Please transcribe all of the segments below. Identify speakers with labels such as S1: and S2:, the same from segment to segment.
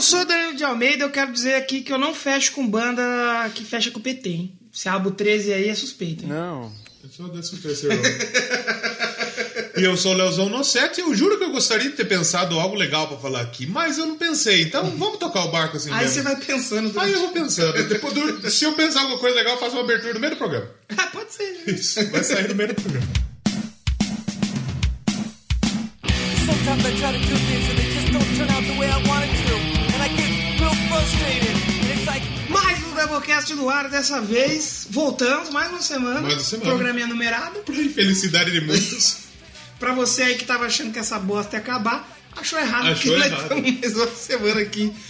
S1: sou Danilo de Almeida, eu quero dizer aqui que eu não fecho com banda que fecha com PT, hein? Se abo 13 aí é suspeita. hein?
S2: Não.
S3: Eu sou o 13 terceiro. E eu sou o Leozão Nossete e eu juro que eu gostaria de ter pensado algo legal pra falar aqui, mas eu não pensei. Então vamos tocar o barco assim
S1: Aí
S3: mesmo.
S1: você vai pensando.
S3: Aí
S1: durante-
S3: eu vou pensando. Depois, do- se eu pensar alguma coisa legal, eu faço uma abertura no meio do programa.
S1: Ah, pode ser. né?
S3: Isso, vai sair no meio do programa.
S4: Sometimes I try to do things and they just don't turn out the way I wanted to. And I get real frustrated. And it's like,
S1: Mais um Doublecast no ar dessa vez. Voltamos mais uma semana.
S3: Mais uma semana.
S1: Programinha numerado.
S3: Pra infelicidade de muitos.
S1: Pra você aí que tava achando que essa bosta ia acabar, achou errado.
S3: Achou
S1: porque
S3: errado.
S1: Nós estamos um mais uma semana aqui.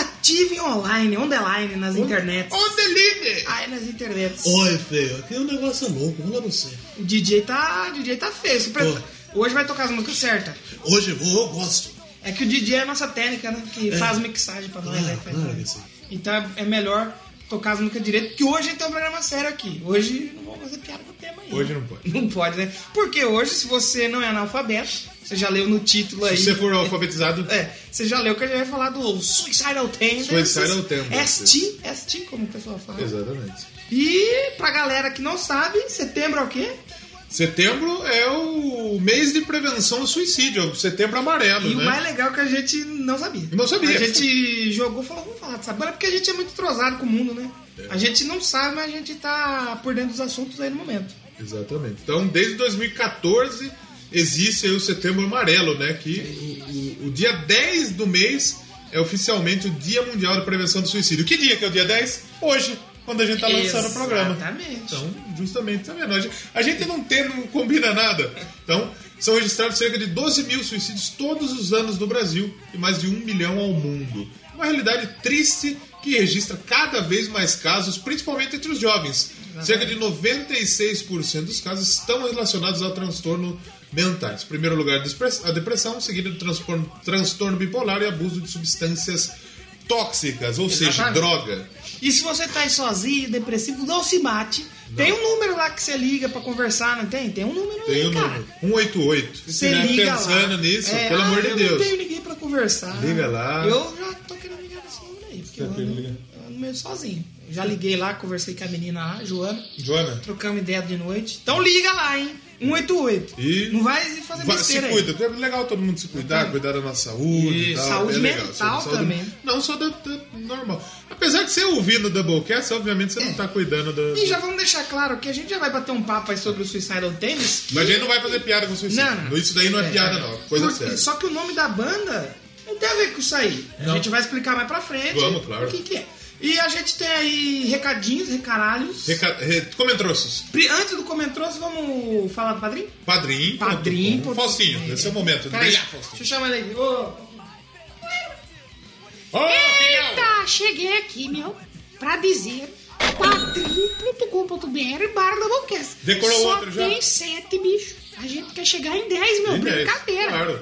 S1: Ative online, on the line, nas internets.
S3: On the line!
S1: Aí nas internets.
S5: Oi, feio, aqui o negócio é louco, vou lá pra você.
S1: O DJ tá, o DJ tá feio. Você presta- Hoje vai tocar as músicas certas.
S5: Hoje eu vou, eu gosto.
S1: É que o DJ é a nossa técnica, né? Que faz mixagem pra nós.
S5: Ah,
S1: aí, faz
S5: claro
S1: tudo.
S5: que sim.
S1: Então é, é melhor tocar as músicas direito, porque hoje a gente tem um programa sério aqui. Hoje não vamos fazer piada com o tema aí.
S3: Hoje não pode.
S1: Não pode, né? Porque hoje, se você não é analfabeto, você já leu no título aí.
S3: Se você for alfabetizado,
S1: É, você já leu que a gente vai falar do Suicidal Tendencies.
S3: Suicidal
S1: É
S3: Tendencies.
S1: ST, ST, como o pessoal fala.
S3: Exatamente.
S1: E pra galera que não sabe, setembro é o quê?
S3: Setembro é o mês de prevenção ao suicídio, é o setembro amarelo,
S1: E
S3: né?
S1: o mais legal é que a gente não sabia.
S3: Não sabia.
S1: A gente jogou e falou, vamos falar dessa banda, porque a gente é muito entrosado com o mundo, né?
S3: É.
S1: A gente não sabe, mas a gente tá por dentro dos assuntos aí no momento.
S3: Exatamente. Então, desde 2014 existe aí o Setembro Amarelo, né? Que o, o- o dia 10 do mês é oficialmente o Dia Mundial de Prevenção do Suicídio. Que dia que é o dia 10? Hoje, quando a gente tá lançando o programa.
S1: Exatamente.
S3: Então, justamente, tá vendo? A gente, a gente não tem, não combina nada. Então, são registrados cerca de 12 mil suicídios todos os anos no Brasil e mais de um milhão ao mundo. Uma realidade triste que registra cada vez mais casos, principalmente entre os jovens. Cerca de 96% dos casos estão relacionados ao transtorno mentais. Em primeiro lugar, despre- a depressão, seguida do transtorno, transtorno bipolar e abuso de substâncias tóxicas, ou seja,
S1: Exatamente.
S3: droga.
S1: E se você tá aí sozinho, depressivo, não se mate. Tem um número lá que você liga pra conversar, não tem? Tem um número
S3: Tem
S1: aí,
S3: o
S1: cara.
S3: número 188. Se
S1: Você
S3: tiver
S1: liga
S3: pensando
S1: lá.
S3: nisso,
S1: É,
S3: pelo
S1: ah,
S3: amor de
S1: eu
S3: Deus.
S1: não tenho ninguém pra conversar.
S3: Liga lá.
S1: Eu já tô querendo ligar nesse número aí, porque eu ando, eu ando meio sozinho. Eu já liguei lá, conversei com a menina lá, Joana.
S3: Joana,
S1: Trocamos ideia de noite. Então liga lá, hein? 188.
S3: E-
S1: Não vai fazer
S3: vai- se
S1: besteira aí.
S3: cuida. É legal todo mundo se cuidar, cuidar da nossa saúde.
S1: E
S3: e tal,
S1: saúde
S3: é legal.
S1: mental também.
S3: Não só da, da normal. Apesar de você ouvir no Doublecast, obviamente você não tá cuidando da.
S1: É. E já vamos deixar claro que a gente já vai bater um papo aí sobre o Suicidal Tennis.
S3: Mas a gente não vai fazer piada com o suicídio.
S1: Não, não.
S3: Isso daí não é, piada, não. Coisa
S1: Por-
S3: séria.
S1: Só que o nome da banda não tem a ver com isso aí. A gente vai explicar mais pra frente
S3: Vamos, claro.
S1: o que, que é. E a gente tem aí recadinhos, recaralhos.
S3: Reca... Re... Comentroços.
S1: Pri- Antes do comentroso, vamos falar do padrinho?
S3: Padrinho.
S1: Padrinho.
S3: ponto com. Faustinho, nesse é o momento.
S1: Peraí,
S3: Brilhar,
S1: deixa
S3: Faustinho.
S1: eu chamar ele aqui. Ô,
S3: Ô, filhão!
S6: Eita, cheguei aqui, meu, pra dizer padrim.com.br barra Doublecast.
S3: Decorou
S6: Só
S3: outro já?
S6: tem sete, bicho. A gente quer chegar em 10, meu,
S3: Em dez,
S6: brincadeira.
S3: claro.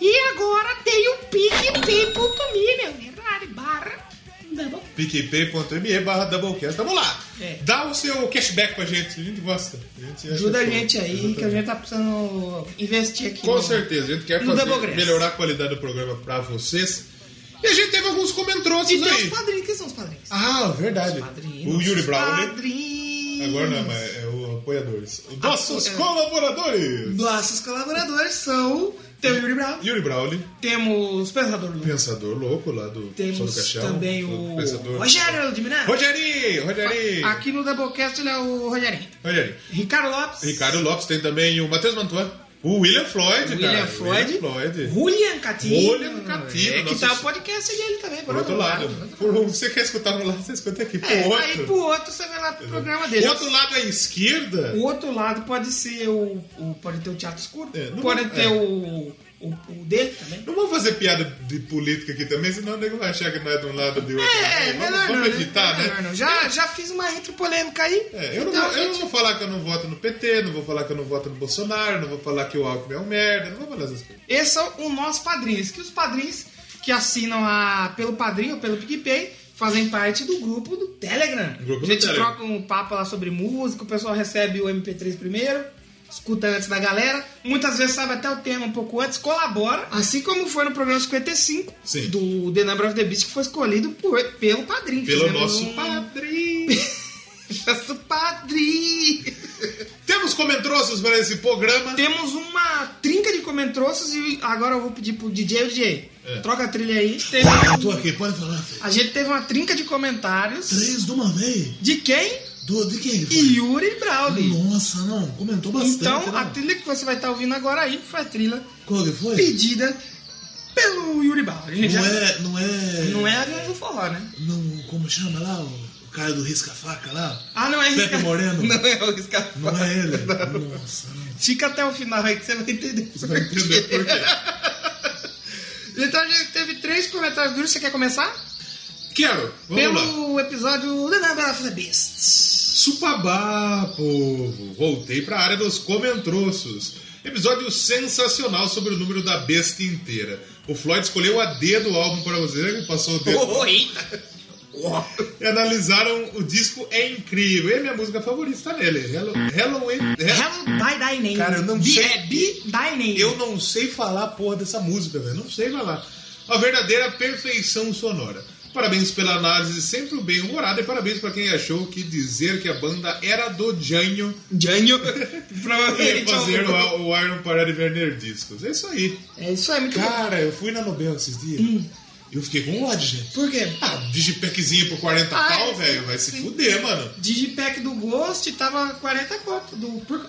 S6: E agora tem o picpay.me, meu, errado, barra Doublecast.
S3: picpay.me barra Doublecast. Vamos lá.
S1: É.
S3: Dá o seu cashback pra gente. A gente gosta. A gente acha
S1: ajuda a
S3: show.
S1: gente aí, que a gente tá precisando investir aqui.
S3: Com
S1: no-
S3: certeza. A gente quer
S1: No
S3: fazer,
S1: Doublecast.
S3: melhorar a qualidade do programa pra vocês. E a gente teve alguns comentrosos
S1: E tem
S3: aí.
S1: os padrinhos. Quem são os padrinhos?
S3: Ah, verdade.
S1: Padrinhos,
S3: O Yuri Brownie.
S1: Padrinhos.
S3: Agora não, mas é o apoiadores. Os
S1: Ah,
S3: nossos
S1: é.
S3: colaboradores.
S1: Nossos colaboradores são... Tem o Yuri Bravo,
S3: Yuri Brawley,
S1: temos o Pensador Lu,
S3: pensador louco lá do Só do
S1: temos
S3: Caixão.
S1: também o
S3: Pensador.
S1: Rogério Ah, de Minas.
S3: Rogerinho, Rogerinho.
S1: Aqui no Doublecast ele é o Rogerinho.
S3: Rogerinho.
S1: Ricardo Lopes.
S3: Ricardo Lopes, tem também o Matheus Mantua. O William Floyd, cara.
S1: William Floyd.
S3: William Floyd.
S1: Julian Catino.
S3: Julian Catino,
S1: É, que
S3: nosso-
S1: tá o podcast dele também, por né?
S3: Por outro lado. Por um, você quer escutar um lado, você escuta aqui. Pro
S1: É,
S3: outro.
S1: aí pro outro você vai lá pro programa dele.
S3: O outro lado é a esquerda.
S1: O outro lado pode ser o, o- pode ter o Teatro Escuro,
S3: É, não-
S1: pode
S3: é.
S1: ter o, o, o dele também.
S3: Não vou fazer piada de política aqui também, senão o nego vai achar que não é de um lado ou de outro.
S1: É,
S3: vamos,
S1: melhor
S3: vamos
S1: não,
S3: evitar,
S1: né?
S3: né?
S1: Melhor não. Já, já fiz uma intro polêmica aí.
S3: É, eu, não
S1: Então,
S3: vou, eu não vou falar que eu não voto no PT, não vou falar que eu não voto no Bolsonaro, não vou falar que o Alckmin é um merda, não vou falar essas coisas.
S1: Esses são os nossos padrinhos, que os padrinhos que assinam a, pelo padrinho ou pelo PicPay fazem parte do grupo do Telegram.
S3: Grupo
S1: a
S3: do
S1: gente
S3: Telegram.
S1: troca um papo lá sobre música, o pessoal recebe o MP3 primeiro, escuta antes da galera, muitas vezes sabe até o tema um pouco antes, colabora, assim como foi no programa 55
S3: Sim.
S1: do The Number of the Beast, que foi escolhido por, pelo padrinho.
S3: Pelo
S1: Fizemos
S3: nosso
S1: um-
S3: padrinho.
S1: nosso padrinho.
S3: Temos comentroços para esse programa.
S1: Temos uma trinca de comentroços e agora eu vou pedir pro DJ o DJ.
S3: É.
S1: Troca a trilha aí. Teve-
S5: Eu tô aqui, pode falar, filho.
S1: a gente teve uma trinca de comentários
S5: Três de uma vez.
S1: de quem?
S5: Duas de quem? foi?
S1: Yuri Brawley.
S5: Nossa, não. Comentou bastante.
S1: Então,
S5: né?
S1: a trilha que você vai estar ouvindo agora aí foi a trilha
S5: Qual que foi?
S1: pedida pelo Yuri Brawley. Ele já-
S5: Não é, não é.
S1: não é a Leões do Forró, né?
S5: Não, como chama lá? O, o cara do risca-faca lá?
S1: Ah, não é
S5: Pepe
S1: Risca-
S5: Moreno?
S1: Não é o Risca.
S5: Não é ele? Nossa, não.
S1: Fica até o final aí que você vai entender.
S5: Você vai entender por quê.
S1: Então a gente teve três comentários duros. Você quer começar?
S3: Quero. Vamos lá.
S1: Pelo episódio The Number of the Beast.
S3: Supabá, povo. Voltei para a área dos comentroços. Episódio sensacional sobre o número da besta inteira. O Floyd escolheu a D do álbum para você, ele passou o dedo.
S1: eita!
S3: E analisaram o disco, é incrível. É minha música favorita tá nele. Hello, Halloween. Hell-
S1: Hello by thy name.
S3: Cara, eu não
S1: Be-
S3: sei-
S1: É Be thy name.
S3: Eu não sei falar a porra dessa música, velho. Não sei falar. Uma verdadeira perfeição sonora. Parabéns pela análise, sempre bem humorada. E parabéns para quem achou que dizer que a banda era do Janho
S1: Janho.
S3: e
S1: Provavelmente.
S3: fazer
S1: é o-
S3: o, o Iron Parade Werner Discos. É isso aí.
S1: É isso aí, muito bom.
S3: Cara, eu fui na Nobel esses dias.
S1: Hum.
S3: Eu fiquei com um ódio, gente.
S1: Por quê?
S3: Ah, digipackzinho por 40
S1: Ah,
S3: pau,
S1: é,
S3: velho. Vai se
S1: sim.
S3: fuder, mano.
S1: Digipack do Ghost tava 40 conto. Do Pur-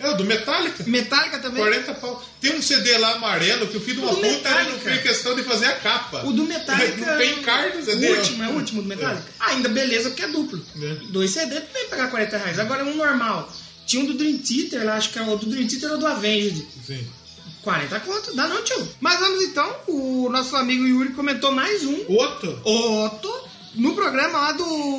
S3: É o do Metallica.
S1: Metallica também.
S3: 40 pau. Tem um CD lá amarelo que o filho de uma
S1: O do
S3: puta ele não
S1: Metallica.
S3: fez questão de fazer a capa.
S1: O do Metallica.
S3: Não tem carta,
S1: o
S3: entendeu?
S1: último, é o último do Metallica. Ainda beleza, porque é duplo.
S3: É.
S1: Dois CD tu tem que pagar 40 reais. Agora é um normal. Tinha um do Dream Theater lá, acho que é o do Dream Theater ou do Avenged.
S3: Sim.
S1: 40 conto, dá não, tio. Mas vamos então, o nosso amigo Yuri comentou mais um.
S3: Outro?
S1: Otto, no programa lá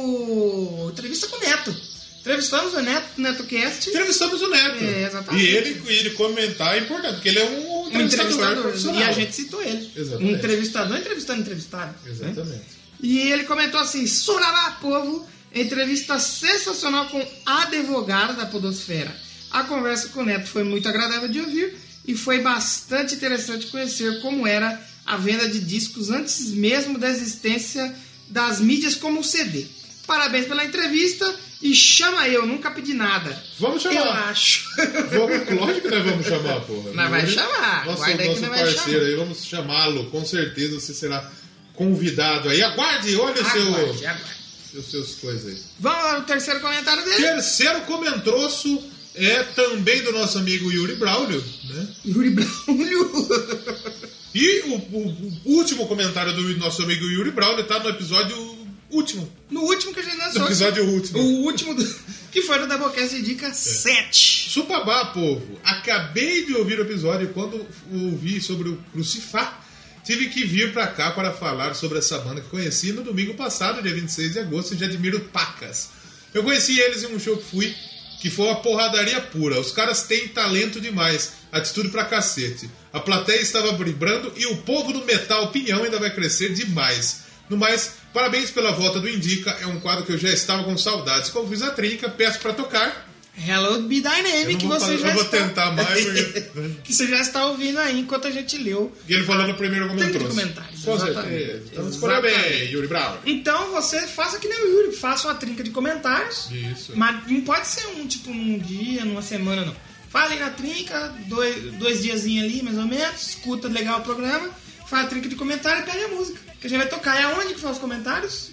S1: do. Entrevista com o Neto. Entrevistamos o Neto, NetoCast.
S3: Entrevistamos o Neto.
S1: É, exatamente.
S3: E ele, ele comentar é importante, porque ele é um,
S1: Um entrevistador.
S3: profissional.
S1: E a gente citou ele.
S3: Exatamente.
S1: Um entrevistador entrevistando entrevistado. né?
S3: Exatamente.
S1: E ele comentou assim: Surará, povo! Entrevista sensacional com advogada da Podosfera. A conversa com o Neto foi muito agradável de ouvir e foi bastante interessante conhecer como era a venda de discos antes mesmo da existência das mídias como o CD. Parabéns pela entrevista e chama eu, nunca pedi nada.
S3: Vamos chamar.
S1: Eu acho.
S3: Vamos, lógico que nós vamos chamar, porra.
S1: Nós vai
S3: Ele-
S1: chamar.
S3: Nosso,
S1: Guarda aí que
S3: nosso
S1: nós vai
S3: parceiro
S1: chamar.
S3: aí, vamos chamá-lo. Com certeza você será convidado aí. Aguarde, olha o seu,
S1: Aguarde, é. aguarde.
S3: seus, seus coisas aí.
S1: Vamos lá no terceiro comentário dele.
S3: Terceiro comentroço é também do nosso amigo Yuri Braulio, né?
S1: Yuri Braulio.
S3: E o, o- o último comentário do nosso amigo Yuri Braulio tá no episódio último.
S1: No último que a gente
S3: No
S1: lançou.
S3: episódio último.
S1: O último do- que foi no Doublecast de
S3: É.
S1: Dica 7.
S3: Supabá, povo. Acabei de ouvir o episódio e quando ouvi sobre o Crucifá. Tive que vir pra cá para falar sobre essa banda que conheci no domingo passado, dia 26 de agosto, e já admiro pacas. Eu conheci eles em um show que fui, que foi uma porradaria pura. Os caras têm talento demais, atitude pra cacete. A plateia estava vibrando e o povo do metal pinhão ainda vai crescer demais. No mais, parabéns pela volta do Indica, é um quadro que eu já estava com saudades. Como fiz a trinca, peço pra tocar.
S1: Hello Be
S3: Eu
S1: Dynamic,
S3: não
S1: que
S3: vou
S1: você
S3: fazer-
S1: já
S3: eu vou
S1: está...
S3: tentar mais, porque-
S1: que você já está ouvindo aí enquanto a gente leu.
S3: E ele falou no primeiro
S1: Tem
S3: comentário.
S1: comentários,
S3: Com
S1: exatamente.
S3: certeza. Então,
S1: Exatamente.
S3: parabéns, Yuri Brown.
S1: Então você faça que nem o Yuri, faça uma trinca de comentários.
S3: Isso.
S1: Mas não pode ser um, tipo, num dia, numa semana, não. Falem na trinca, dois, dois diazinhos ali, mais ou menos, escuta legal o programa, faz a trinca de comentário e pede a música. Que a gente vai tocar. É onde que faz os comentários?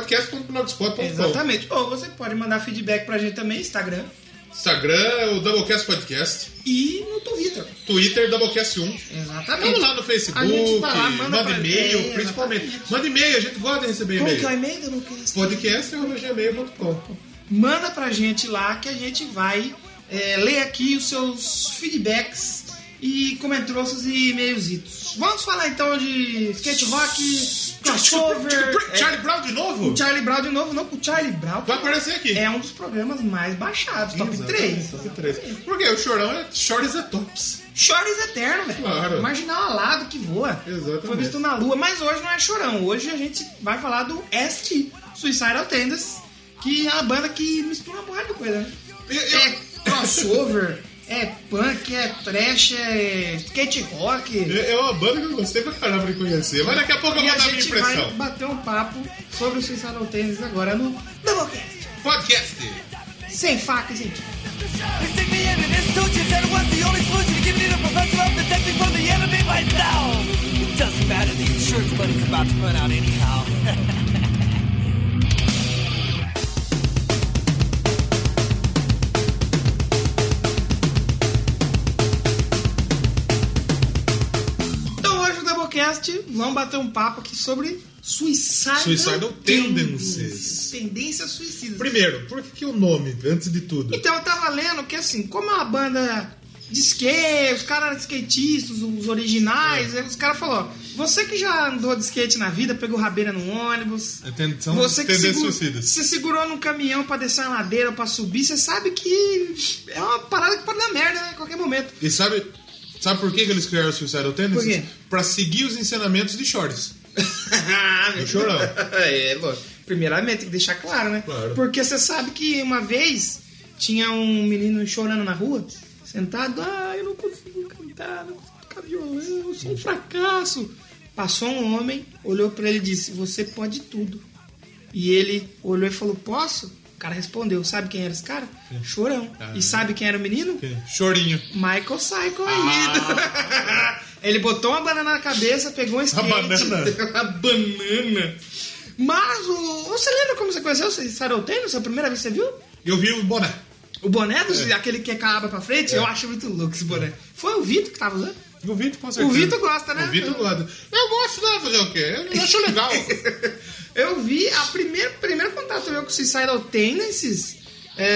S3: Doublecastpodcast.blogspot.com
S1: Exatamente. Ou você pode mandar feedback pra gente também, Instagram
S3: Instagram é o Doublecast Podcast.
S1: e no Twitter.
S3: Twitter, Doublecast1.
S1: Exatamente.
S3: Vamos lá no
S1: A
S3: Facebook,
S1: gente tá lá, manda
S3: manda
S1: pra-
S3: e-mail,
S1: é,
S3: principalmente.
S1: exatamente.
S3: Manda e-mail, a gente gosta de receber
S1: Como que é o
S3: e-mail. é
S1: e-mail do Lucas?
S3: Podcast.gmail.com
S1: Manda pra gente lá que a gente vai é, ler aqui os seus feedbacks e comentroços e e-mailzitos. Vamos falar então de skate rock, crossover.
S3: Charlie Brown de novo?
S1: é, Charlie Brown de novo, não, o Charlie Brown
S3: Vai aparecer aqui.
S1: é um dos programas mais baixados, top
S3: Exatamente,
S1: 3.
S3: Top 3. Porque o chorão é Shorts é Tops.
S1: Chores eterno, velho.
S3: Claro.
S1: Marginal alado que voa.
S3: Exatamente.
S1: Foi visto na lua, mas hoje não é chorão. Hoje a gente vai falar do ST, Suicidal um Tendas, que é a banda que mistura uma porrada de coisa, né?
S3: Eu- eu-
S1: É crossover, É punk, é trash, é skate rock.
S3: É é uma banda que eu gostei pra caramba de conhecer, mas daqui a pouco eu
S1: E
S3: vou
S1: a
S3: dar minha
S1: gente vai
S3: impressão.
S1: bater um papo sobre o Suicidal Tênis agora no Doublecast.
S3: Podcast!
S1: Sem faca, gente.
S4: They stick me in and it's stooges and it was the only solution to giving me the professor of detecting for the enemy myself. It doesn't matter the insurance money's about to run out anyhow.
S1: Então hoje no Doublecast vamos bater um papo aqui sobre Suicidal,
S3: Suicidal Tendencies.
S1: Tendências suicidas.
S3: Primeiro, por que que o nome, antes de tudo?
S1: Então eu tava lendo que assim, como é uma banda de skate, os caras eram skatistas, os originais,
S3: É.
S1: aí os caras falaram, você que já andou de skate na vida, pegou rabeira no ônibus,
S3: Atenção,
S1: você que
S3: É tendências
S1: segurou,
S3: suicidas.
S1: você segurou num caminhão pra descer uma ladeira, pra subir, você sabe que é uma parada que pode dar merda, né? A qualquer momento.
S3: E sabe, sabe por que que eles criaram o Suicidal
S1: Por
S3: Tendencies?
S1: quê?
S3: Pra seguir os ensinamentos de Shorts. Eu chorava.
S1: é, lógico. Primeiramente, tem que deixar claro, né?
S3: Claro.
S1: Porque você sabe que uma vez tinha um menino chorando na rua, sentado, ah, eu não consigo cantar, não consigo tocar violão, eu sou um fracasso. Passou um homem, olhou pra ele e disse, você pode tudo. E ele olhou e falou, posso? O cara respondeu, sabe quem era esse cara? Chorão.
S3: Ah,
S1: E sabe quem era o menino?
S3: Chorinho.
S1: Michael Psycho aí. Ele botou uma banana na cabeça, pegou um skate.
S3: Ah. banana.
S1: uma banana. Mas o. Você lembra como você conheceu o Cyril Tennis? A primeira vez que você viu?
S3: Eu vi o boné.
S1: O boné, do, aquele que é com a aba pra frente, eu acho muito louco esse boné. Foi o Vitor que tava usando?
S3: O Vitor, com certeza.
S1: O Vitor gosta, né?
S3: O Vitor gosta. Eu gosto, né? Fazer o quê? Eu acho legal.
S1: Eu vi a primeira primeiro contato meu com o Suicidal Tendencies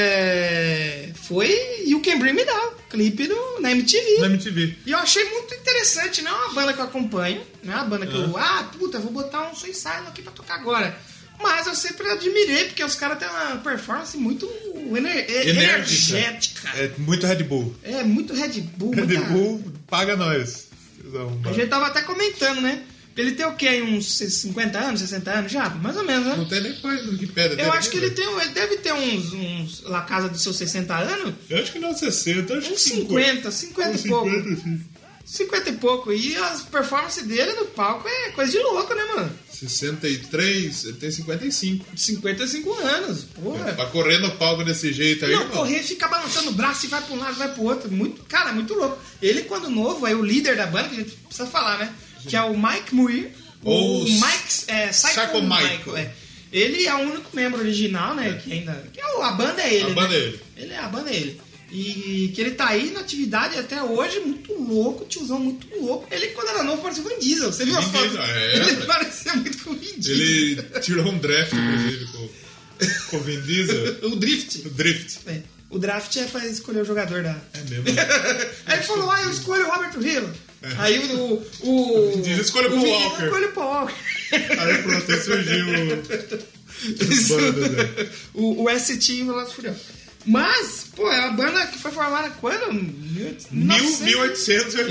S1: é, foi You Can Bring Me Down, clipe no, na MTV.
S3: Na MTV.
S1: E eu achei muito interessante, não é uma banda que eu acompanho, não é uma banda que eu, ah, puta, vou botar um Suicidal aqui pra tocar agora. Mas eu sempre admirei, porque os caras têm uma performance muito ener- e-
S3: Enérgica.
S1: energética.
S3: É muito Red Bull.
S1: É, muito Red Bull.
S3: Red
S1: muita-
S3: Bull paga nós. Não,
S1: A gente tava até comentando, né? Ele tem o quê? Uns 50 anos, 60 anos já? Mais ou menos, né?
S3: não tem nem coisa do que pede.
S1: Eu acho que ele tem, um- ele deve ter uns, uns lá casa dos seus 60 anos,
S3: Eu acho que não é 60, eu acho que
S1: uns 50, 50 e pouco.
S3: 50, sim.
S1: 50 e pouco. E as performances dele no palco é coisa de louco, né, mano?
S3: 63, ele tem 55.
S1: 55 anos, porra.
S3: Pra correr no Tá palco desse jeito aí,
S1: Não,
S3: mano.
S1: correr, fica balançando o braço e vai pra um lado, vai pro outro. Muito, cara, é muito louco. Ele, quando novo, é o líder da banda, que a gente precisa falar, né? Que é o Mike Muir.
S3: Ou
S1: o
S3: o
S1: Mike, é, Psycho, Michael.
S3: Psycho Michael.
S1: é. Ele é o único membro original, né? Que ainda. Que é o- a banda é ele.
S3: A
S1: né?
S3: banda é ele.
S1: Ele é a banda é ele. E que ele tá aí na atividade até hoje, muito louco, tiozão muito louco. Ele, quando era novo, parecia o Van Diesel. Você viu a
S3: Vin
S1: foto?
S3: Diesel, é,
S1: ele
S3: velho.
S1: parecia muito com o Van Diesel.
S3: Ele tirou um draft, inclusive, com, com o Vin Diesel.
S1: O Drift.
S3: O drift.
S1: É, O draft é pra escolher o jogador da.
S3: É mesmo.
S1: Aí ele falou: ah, eu escolho o Robert Hill.
S3: É.
S1: Aí o. o,
S3: Vin Diesel escolhe o Paul
S1: Vin Diesel
S3: Walker.
S1: escolhe o Paul Walker.
S3: Aí pronto, aí surgiu as
S1: Isso.
S3: bandas, né?
S1: o, o ST e o Velozes e Furiosos. Mas, pô, é uma banda que foi formada quando? Mil-
S3: Mil-
S1: 1981.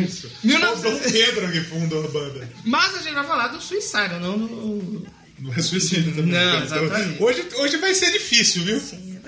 S3: 1881. Isso. O Dom
S1: 1900.
S3: Pedro que fundou a banda.
S1: Mas a gente vai falar do Suicide, não do.
S3: Não é suicídio também.
S1: Não,
S3: né? Então,
S1: exatamente.
S3: hoje, hoje vai ser difícil, viu?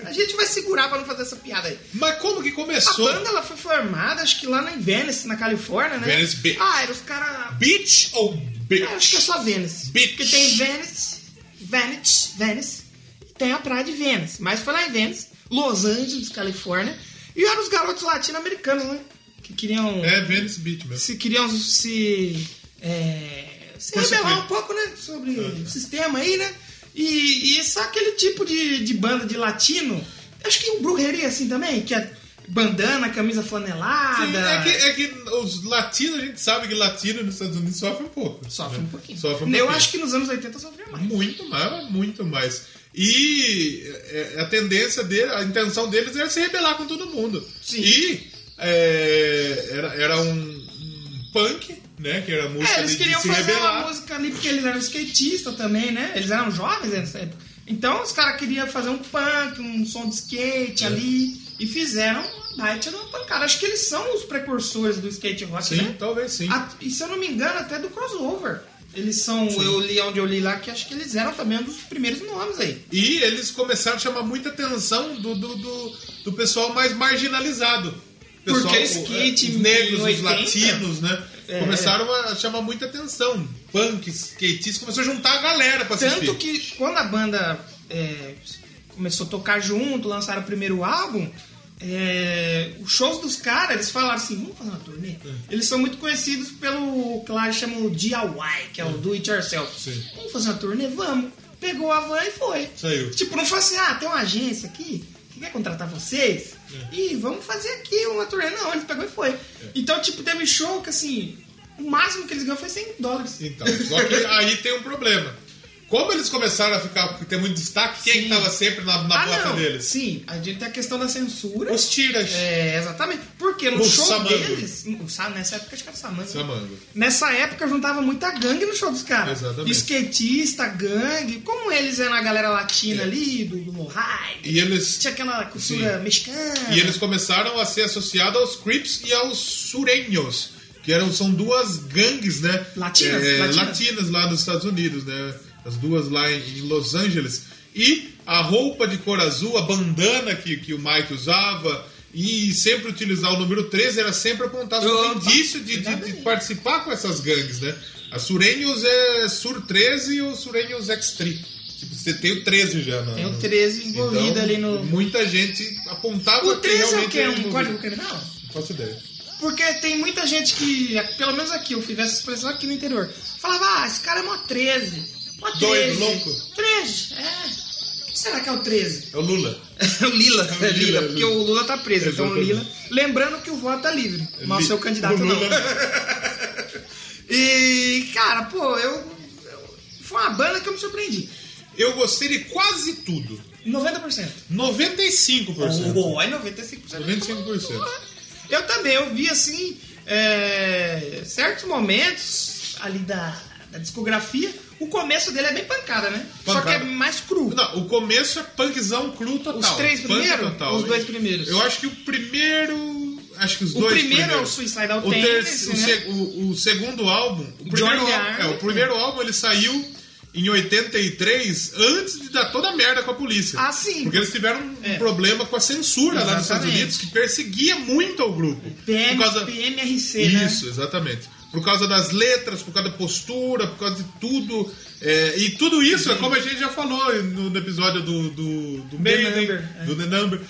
S1: A gente vai segurar pra não fazer essa piada aí.
S3: Mas como que
S1: A
S3: começou?
S1: banda ela foi formada, acho que lá na em Venice, na Califórnia, né?
S3: Venice Beach.
S1: Ah, era os caras.
S3: Beach ou
S1: Eu acho que é
S3: Bitch?
S1: só Venice.
S3: Beach.
S1: Porque tem Venice, Venice, Venice, e tem a praia de Venice. Mas foi lá em Venice, Los Angeles, Califórnia. E eram os garotos latino-americanos, né? Que queriam.
S3: É Venice Beach mesmo.
S1: Se queriam se. é, se
S3: Constituir.
S1: rebelar um pouco, né?
S3: É.
S1: Sobre o sistema aí, né? E, e só aquele tipo de, de banda de latino. Acho que o Brujeria é assim também, que é bandana, camisa flanelada.
S3: Sim, é, que, é que os latinos, a gente sabe que latino nos Estados Unidos sofre um pouco.
S1: Sofre
S3: né?
S1: um pouquinho.
S3: Sofre um
S1: Eu
S3: pouquinho.
S1: acho que nos anos 80 sofria mais.
S3: Muito mais, mas muito mais. E é, a tendência dele, a intenção deles era se rebelar com todo mundo.
S1: Sim.
S3: E é, era, era um, um punk, né? Que era a música
S1: É, eles
S3: de, de
S1: queriam
S3: se
S1: fazer
S3: rebelar.
S1: uma música ali porque eles eram skatistas também, né? Eles eram jovens né, nessa época. Então os caras queriam fazer um punk, um som de
S3: É.
S1: skate ali. E fizeram uma baita de uma pancada. Acho que eles são os precursores do skate rock,
S3: Sim,
S1: né?
S3: talvez sim.
S1: A- e se eu não me engano, até do crossover. Eles são, eu li onde eu li lá, que acho que eles eram também um dos primeiros nomes aí.
S3: E eles começaram a chamar muita atenção do, do, do, do pessoal mais marginalizado.
S1: Porque
S3: Pessoal, o-
S1: skate
S3: os
S1: em
S3: negros, os
S1: 80,
S3: latinos, né?
S1: É.
S3: Começaram a chamar muita atenção. Punk, skatistas, começou a juntar a galera pra assistir.
S1: Tanto que quando a banda é, começou a tocar junto, lançaram o primeiro álbum, é, os shows dos caras, eles falaram assim, vamos fazer uma turnê? Eles são muito conhecidos pelo que lá chamam o DIY, que é o Do It Yourself.
S3: Sim.
S1: Vamos fazer uma turnê? Vamos. Pegou a van e foi.
S3: Saiu.
S1: Tipo, não foi assim, ah, tem uma agência aqui que quer contratar vocês e vamos fazer aqui uma turnê. Não, eles pegou e foi. Então, tipo, teve show que assim, o máximo que eles ganharam foi 100 dólares.
S3: Então, só que aí tem um problema. Como eles começaram a ficar, ter muito destaque, quem que tava sempre na, na placa deles?
S1: Ah, Sim, a gente tem a questão da censura.
S3: Os tiras.
S1: É, exatamente. Porque no
S3: Os
S1: show
S3: Samango.
S1: deles. o Sa- Nessa época acho que era Samango.
S3: Samango.
S1: Nessa época juntava muita gangue no show dos caras.
S3: Exatamente.
S1: Skatista, gangue. Como eles eram a galera latina ali, do, do Mohai.
S3: É. E eles
S1: Tinha aquela cultura mexicana.
S3: E eles começaram a ser associados aos Crips e aos Sureños, que eram, são duas gangues, né?
S1: Latinas,
S3: É,
S1: latinas.
S3: latinas lá nos Estados Unidos, né? As duas lá em em Los Angeles. E a roupa de cor azul, a bandana que, que o Mike usava, e sempre utilizar o número 13 era sempre apontado como
S1: Opa,
S3: indício de, de- de participar com essas gangues, né? A Sureños é Sur 13 e o Sureños X3. Tipo, você tem o 13 já, né?
S1: Tem o 13 envolvido
S3: Então,
S1: ali no.
S3: Muita gente apontava
S1: O 13 é o
S3: realmente
S1: quê? É
S3: era
S1: um
S3: envolvido.
S1: código criminal?
S3: Não faço ideia.
S1: Porque tem muita gente que, pelo menos aqui, eu fiz essa expressão aqui no interior. Falava, ah, esse cara é mó 13. Mó 13.
S3: Doido, louco.
S1: 13, é. O que será que é o 13?
S3: É o Lula.
S1: o Lila.
S3: É
S1: É
S3: o Lila,
S1: Lila, porque
S3: Lila.
S1: o Lula tá preso. Então o
S3: Exatamente.
S1: Lila. Lembrando que o voto tá livre. Mas o
S3: Li-
S1: seu candidato
S3: o
S1: não.
S3: Lula.
S1: E, cara, pô, eu, eu- Foi uma banda que eu me surpreendi.
S3: Eu gostei de quase tudo.
S1: 90%.
S3: 95%.
S1: Oh, é 95%.
S3: 95%.
S1: Eu também, eu vi assim, é, certos momentos ali da, da discografia, o começo dele é bem pancada, né? Só que
S3: Pancada.
S1: é mais cru.
S3: Não, o começo é punkzão cru total.
S1: Os três
S3: Punk
S1: primeiros?
S3: total.
S1: Os dois primeiros?
S3: Eu acho que o primeiro... Acho que os
S1: O
S3: dois
S1: primeiro é o
S3: primeiros.
S1: Suicidal
S3: o,
S1: Tendency,
S3: terceiro, o,
S1: né?
S3: seg- o- o segundo álbum... O primeiro,
S1: Johnny
S3: álbum, é,
S1: Arm.
S3: o primeiro álbum ele saiu em 83, antes de dar toda a merda com a polícia.
S1: Ah, sim.
S3: Porque eles tiveram um
S1: É.
S3: problema com a censura lá nos Estados
S1: Exatamente.
S3: Unidos, que perseguia muito ao grupo.
S1: PM,
S3: por causa...
S1: PMRC, né?
S3: Isso, exatamente. Por causa das letras, por causa da postura, por causa de tudo. É, e tudo isso é como a gente já falou no, no episódio do, do, do Maiden,
S1: Number, é.
S3: do The Number.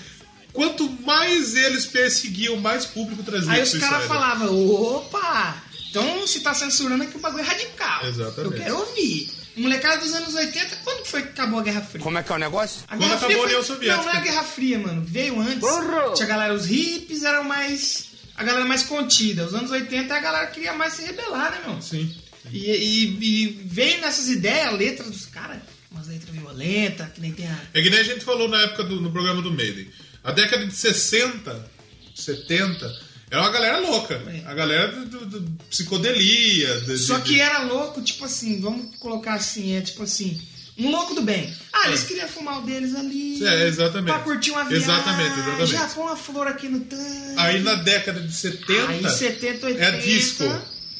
S3: Quanto mais eles perseguiam, mais público trazia
S1: Aí
S3: pro
S1: os caras
S3: Suicide.
S1: falavam, opa, então se tá censurando é que o bagulho é radical.
S3: Exatamente.
S1: Eu quero ouvir. Molecada dos anos 80, quando que foi que acabou a Guerra Fria?
S2: Como é que é o negócio?
S1: A
S3: Quando
S1: Guerra
S3: acabou
S1: Fria
S3: a
S1: foi-
S3: União Soviética.
S1: Não, não é a Guerra Fria, mano. Veio antes. Tinha a galera, os hippies eram mais. A galera mais contida. Os anos 80 é a galera que queria mais se rebelar, né, meu?
S3: Sim.
S1: E, e- e veio nessas ideias, letras dos caras, umas letras violentas, que nem tem a.
S3: É que nem a gente falou na época do, no programa do Maiden. A década de 60, 70, era uma galera louca.
S1: É.
S3: A galera do, do- do psicodelia. de-
S1: Só
S3: de-
S1: que era louco, tipo assim, vamos colocar assim, é tipo assim. Um louco do bem. Ah, eles queriam fumar o deles ali.
S3: É, exatamente.
S1: Pra curtir uma viagem. Ah,
S3: Exatamente, exatamente.
S1: Já põe uma flor aqui no tanque.
S3: Aí na década de 70.
S1: Aí 70, 80.
S3: É disco.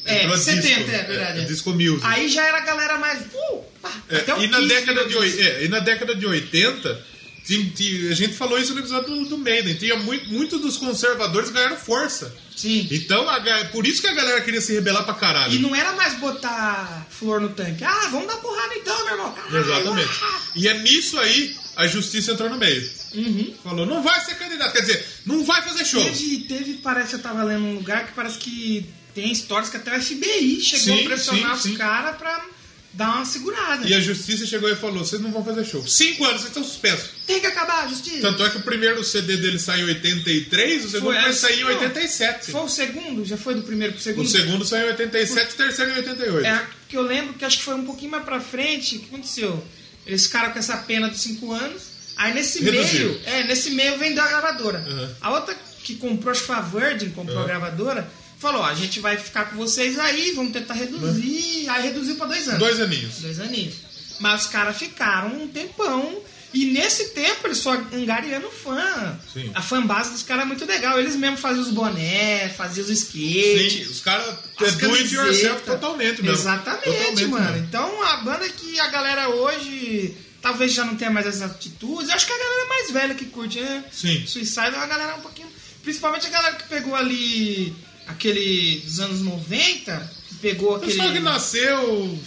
S1: É,
S3: Entrou a
S1: 70,
S3: disco.
S1: é verdade.
S3: É, é disco music.
S1: Aí já era a galera mais. Uh, pá,
S3: É,
S1: até o
S3: e, na
S1: 15,
S3: década de,
S1: digamos
S3: oi- é, e na década de 80, ti- ti- a gente falou isso no episódio do, do Maiden, tinha muito, muito dos conservadores ganharam força.
S1: assim. Sim.
S3: Então, a ga- por isso que a galera queria se rebelar pra caralho.
S1: E não era mais botar flor no tanque. Ah, vamos dar porrada então, meu irmão. Caralho,
S3: Exatamente.
S1: ah.
S3: E é nisso aí a justiça entrou no meio.
S1: Uhum.
S3: Falou, não vai ser candidato, quer dizer, não vai fazer show.
S1: Teve, teve, parece, eu tava lendo um lugar que parece que tem histórias que até o FBI chegou
S3: Sim,
S1: a pressionar
S3: sim, sim.
S1: os caras pra dar uma segurada.
S3: E a justiça chegou e falou: vocês não vão fazer show. Cinco anos, vocês estão suspensos.
S1: Tem que acabar a justiça.
S3: Tanto é que o primeiro CD dele saiu em 83, o segundo
S1: Foi,
S3: vai
S1: é,
S3: sair em
S1: não.
S3: 87.
S1: Foi o segundo? Já foi do primeiro pro
S3: O
S1: segundo?
S3: segundo saiu em 87, o terceiro em 88.
S1: É, porque eu lembro que acho que foi um pouquinho mais pra frente, o que aconteceu? Eles ficaram com essa pena dos 5 anos, aí nesse
S3: Reduziu.
S1: meio, é, nesse meio vendeu a gravadora.
S3: Uhum.
S1: A outra que comprou, acho que foi a Virgin, comprou a gravadora, falou, ó, a gente vai ficar com vocês aí, vamos tentar reduzir, aí reduziu pra dois anos.
S3: Dois aninhos.
S1: Dois aninhos. Mas os caras ficaram um tempão E nesse tempo eles só angariando fã.
S3: Sim.
S1: A fanbase dos caras é muito legal. Eles mesmos faziam os boné, faziam os skate.
S3: Sim, os caras é
S1: As
S3: do it yourself
S1: camisetas.
S3: totalmente mesmo.
S1: Exatamente,
S3: Totalmente
S1: mano.
S3: mesmo.
S1: Então a banda que a galera hoje talvez já não tenha mais essas atitudes. Eu acho que a galera mais velha que curte, né?
S3: Sim.
S1: Suicide é uma galera um pouquinho. Principalmente a galera que pegou ali aquele dos anos 90, que pegou
S3: O
S1: aquele.
S3: pessoal que nasceu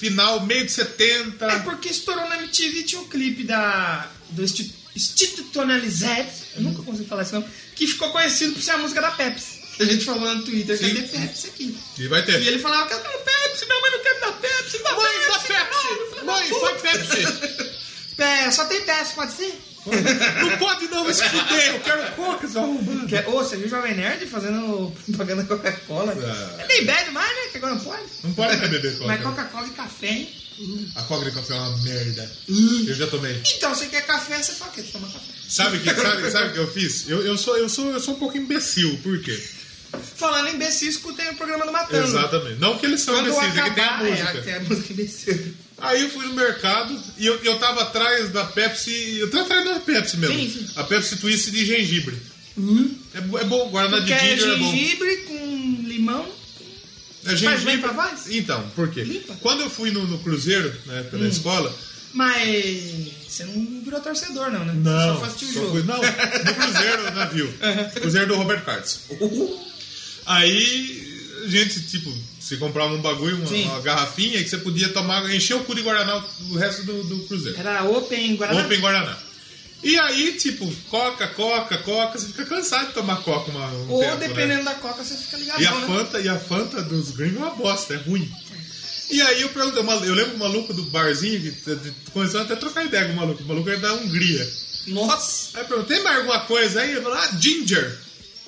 S3: final, meio de 70.
S1: É porque estourou na MTV tinha um clipe da do Insti- Institutionalized, eu nunca consigo falar isso não, que ficou conhecido por ser a música da Pepsi. Que a gente falou no Twitter que
S3: Sim.
S1: ia ter Pepsi aqui.
S3: E vai ter.
S1: E ele falava que eu quero Pepsi, minha mãe não quer me dar Pepsi, minha mãe
S3: Mãe,
S1: não
S3: só
S1: quer
S3: Pepsi! Mãe, só Pepsi!
S1: É, só tem Pepsi, pode ser?
S3: Não pode não, vai se fuder! Eu quero coca, seu arrombado!
S1: Que é- Ô, você viu o Jovem Nerd fazendo propaganda Coca-Cola?
S3: É.
S1: É nem bebe mais, né? Que agora não pode.
S3: Não pode mais beber coca.
S1: Mas Coca-Cola e café, hein?
S3: A coca de café é uma merda. Eu já tomei.
S1: Então, você quer café, você fala que toma café.
S3: Sabe o que, sabe, sabe o que eu fiz? Eu, eu, sou, eu, sou, eu sou um pouco imbecil, por quê?
S1: Falando em imbecil, escutei o programa do Matando.
S3: Exatamente. Não que eles são
S1: Então, Quando
S3: imbecis, é que tem a
S1: acabar, é,
S3: música.
S1: tem a música imbecil.
S3: Aí eu fui no mercado e eu, eu tava atrás da Pepsi. Eu tava atrás da Pepsi mesmo.
S1: Sim, sim.
S3: A Pepsi Twist de gengibre. É, bo- é bom, Guaraná de
S1: Hum? Porque é
S3: ginger é bom.
S1: gengibre com limão.
S3: É
S1: Faz bem pra voz?
S3: Então, por quê?
S1: Limpa. Hum.
S3: Quando eu fui no, no cruzeiro, na época da escola.
S1: Mas você não virou torcedor, não, né? Você só faz o
S3: só
S1: jogo.
S3: fui- não, no cruzeiro, no navio. Cruzeiro do Robert Cards. Aí, a gente, tipo, se comprava um bagulho, uma,
S1: Sim.
S3: uma garrafinha, que você podia tomar, encher o cu de Guaraná o resto do, do cruzeiro.
S1: Era Open Guaraná.
S3: Open Guaraná. E aí, tipo, coca, coca, coca, você fica cansado de tomar coca uma, um
S1: Ou
S3: tempo, né?
S1: dependendo da coca, você fica né? ligado.
S3: E a Fanta, e a Fanta dos gringos é uma bosta, é ruim. E aí eu perguntei, uma- eu lembro o maluco do barzinho que t- t- começou até a trocar ideia com o maluco, o maluco era da Hungria.
S1: Nossa!
S3: Aí eu perguntei, tem mais alguma coisa aí? Ele falou, ah, ginger.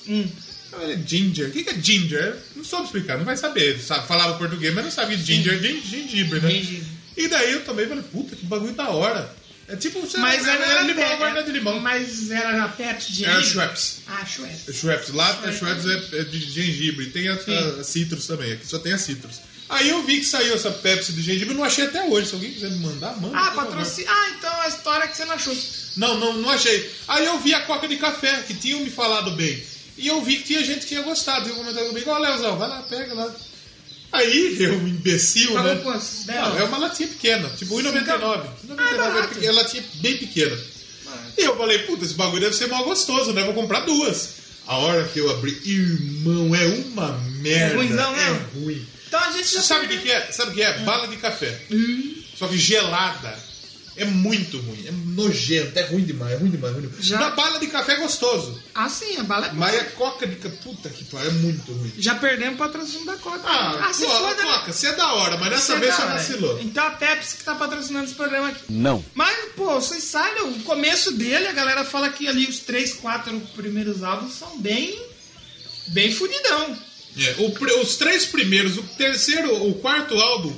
S1: Hum.
S3: Eu falei, ginger? O que que é ginger? Eu Não soube explicar, não vai saber. Ele sa- Falava português, mas não sabia ginger, gen- gengibre, né?
S1: Gengibre.
S3: E daí eu tomei e falei, puta, que bagulho da hora. É tipo, você
S1: Mas era, era
S3: limão,
S1: Pe-
S3: guarda de É limão.
S1: Mas era na Pepsi de
S3: Era
S1: gengibre?
S3: Schweppes.
S1: Ah, Schweppes.
S3: É Schweppes lata, Schweppes é, é de gengibre. Tem a, a- a Citrus também, aqui só tem a Citrus. Aí eu vi que saiu essa Pepsi de gengibre, não achei até hoje. Se alguém quiser me mandar, manda.
S1: Ah,
S3: por favor.
S1: patrocínio. Ah, então a história que você não achou.
S3: Não, não, não achei. Aí eu vi a Coca de Café, que tinham me falado bem. E eu vi que tinha gente que tinha gostado. Eu comentava comigo, ó, Leozão, vai lá, pega lá. Aí, eu, um imbecil,
S1: Pagou
S3: né?
S1: quantos? Dez?
S3: Não, é uma latinha pequena, tipo 1,99. 1,99 é,
S1: barato.
S3: pequena, é latinha bem pequena. E eu falei, puta, esse bagulho deve ser mal gostoso, né? Vou comprar duas. A hora que eu abri, irmão, é uma merda.
S1: ruimzão,
S3: é
S1: né?
S3: ruim.
S1: Então a gente já
S3: Sabe o que,
S1: perdeu.
S3: que é? Sabe o que é? Bala de café. Só que gelada. É muito ruim. É nojento. É ruim demais. É ruim demais. É ruim demais.
S1: Já-
S3: Na bala de café é gostoso.
S1: Ah, sim, a bala é
S3: Mas a coca de café. Puta que pariu. É muito ruim.
S1: Já perdemos o patrocínio da Coca.
S3: Ah,
S1: se
S3: coca,
S1: foda, né?
S3: coca, você é da hora, mas dessa
S1: Você
S3: vez
S1: dá,
S3: você
S1: né?
S3: vacilou.
S1: Então a Pepsi que tá patrocinando esse programa aqui.
S2: Não.
S1: Mas, pô, vocês sabem, o começo dele, a galera fala que ali os três, quatro primeiros álbuns são bem. bem fudidão.
S3: É, o pr- os três primeiros, o terceiro, o quarto álbum,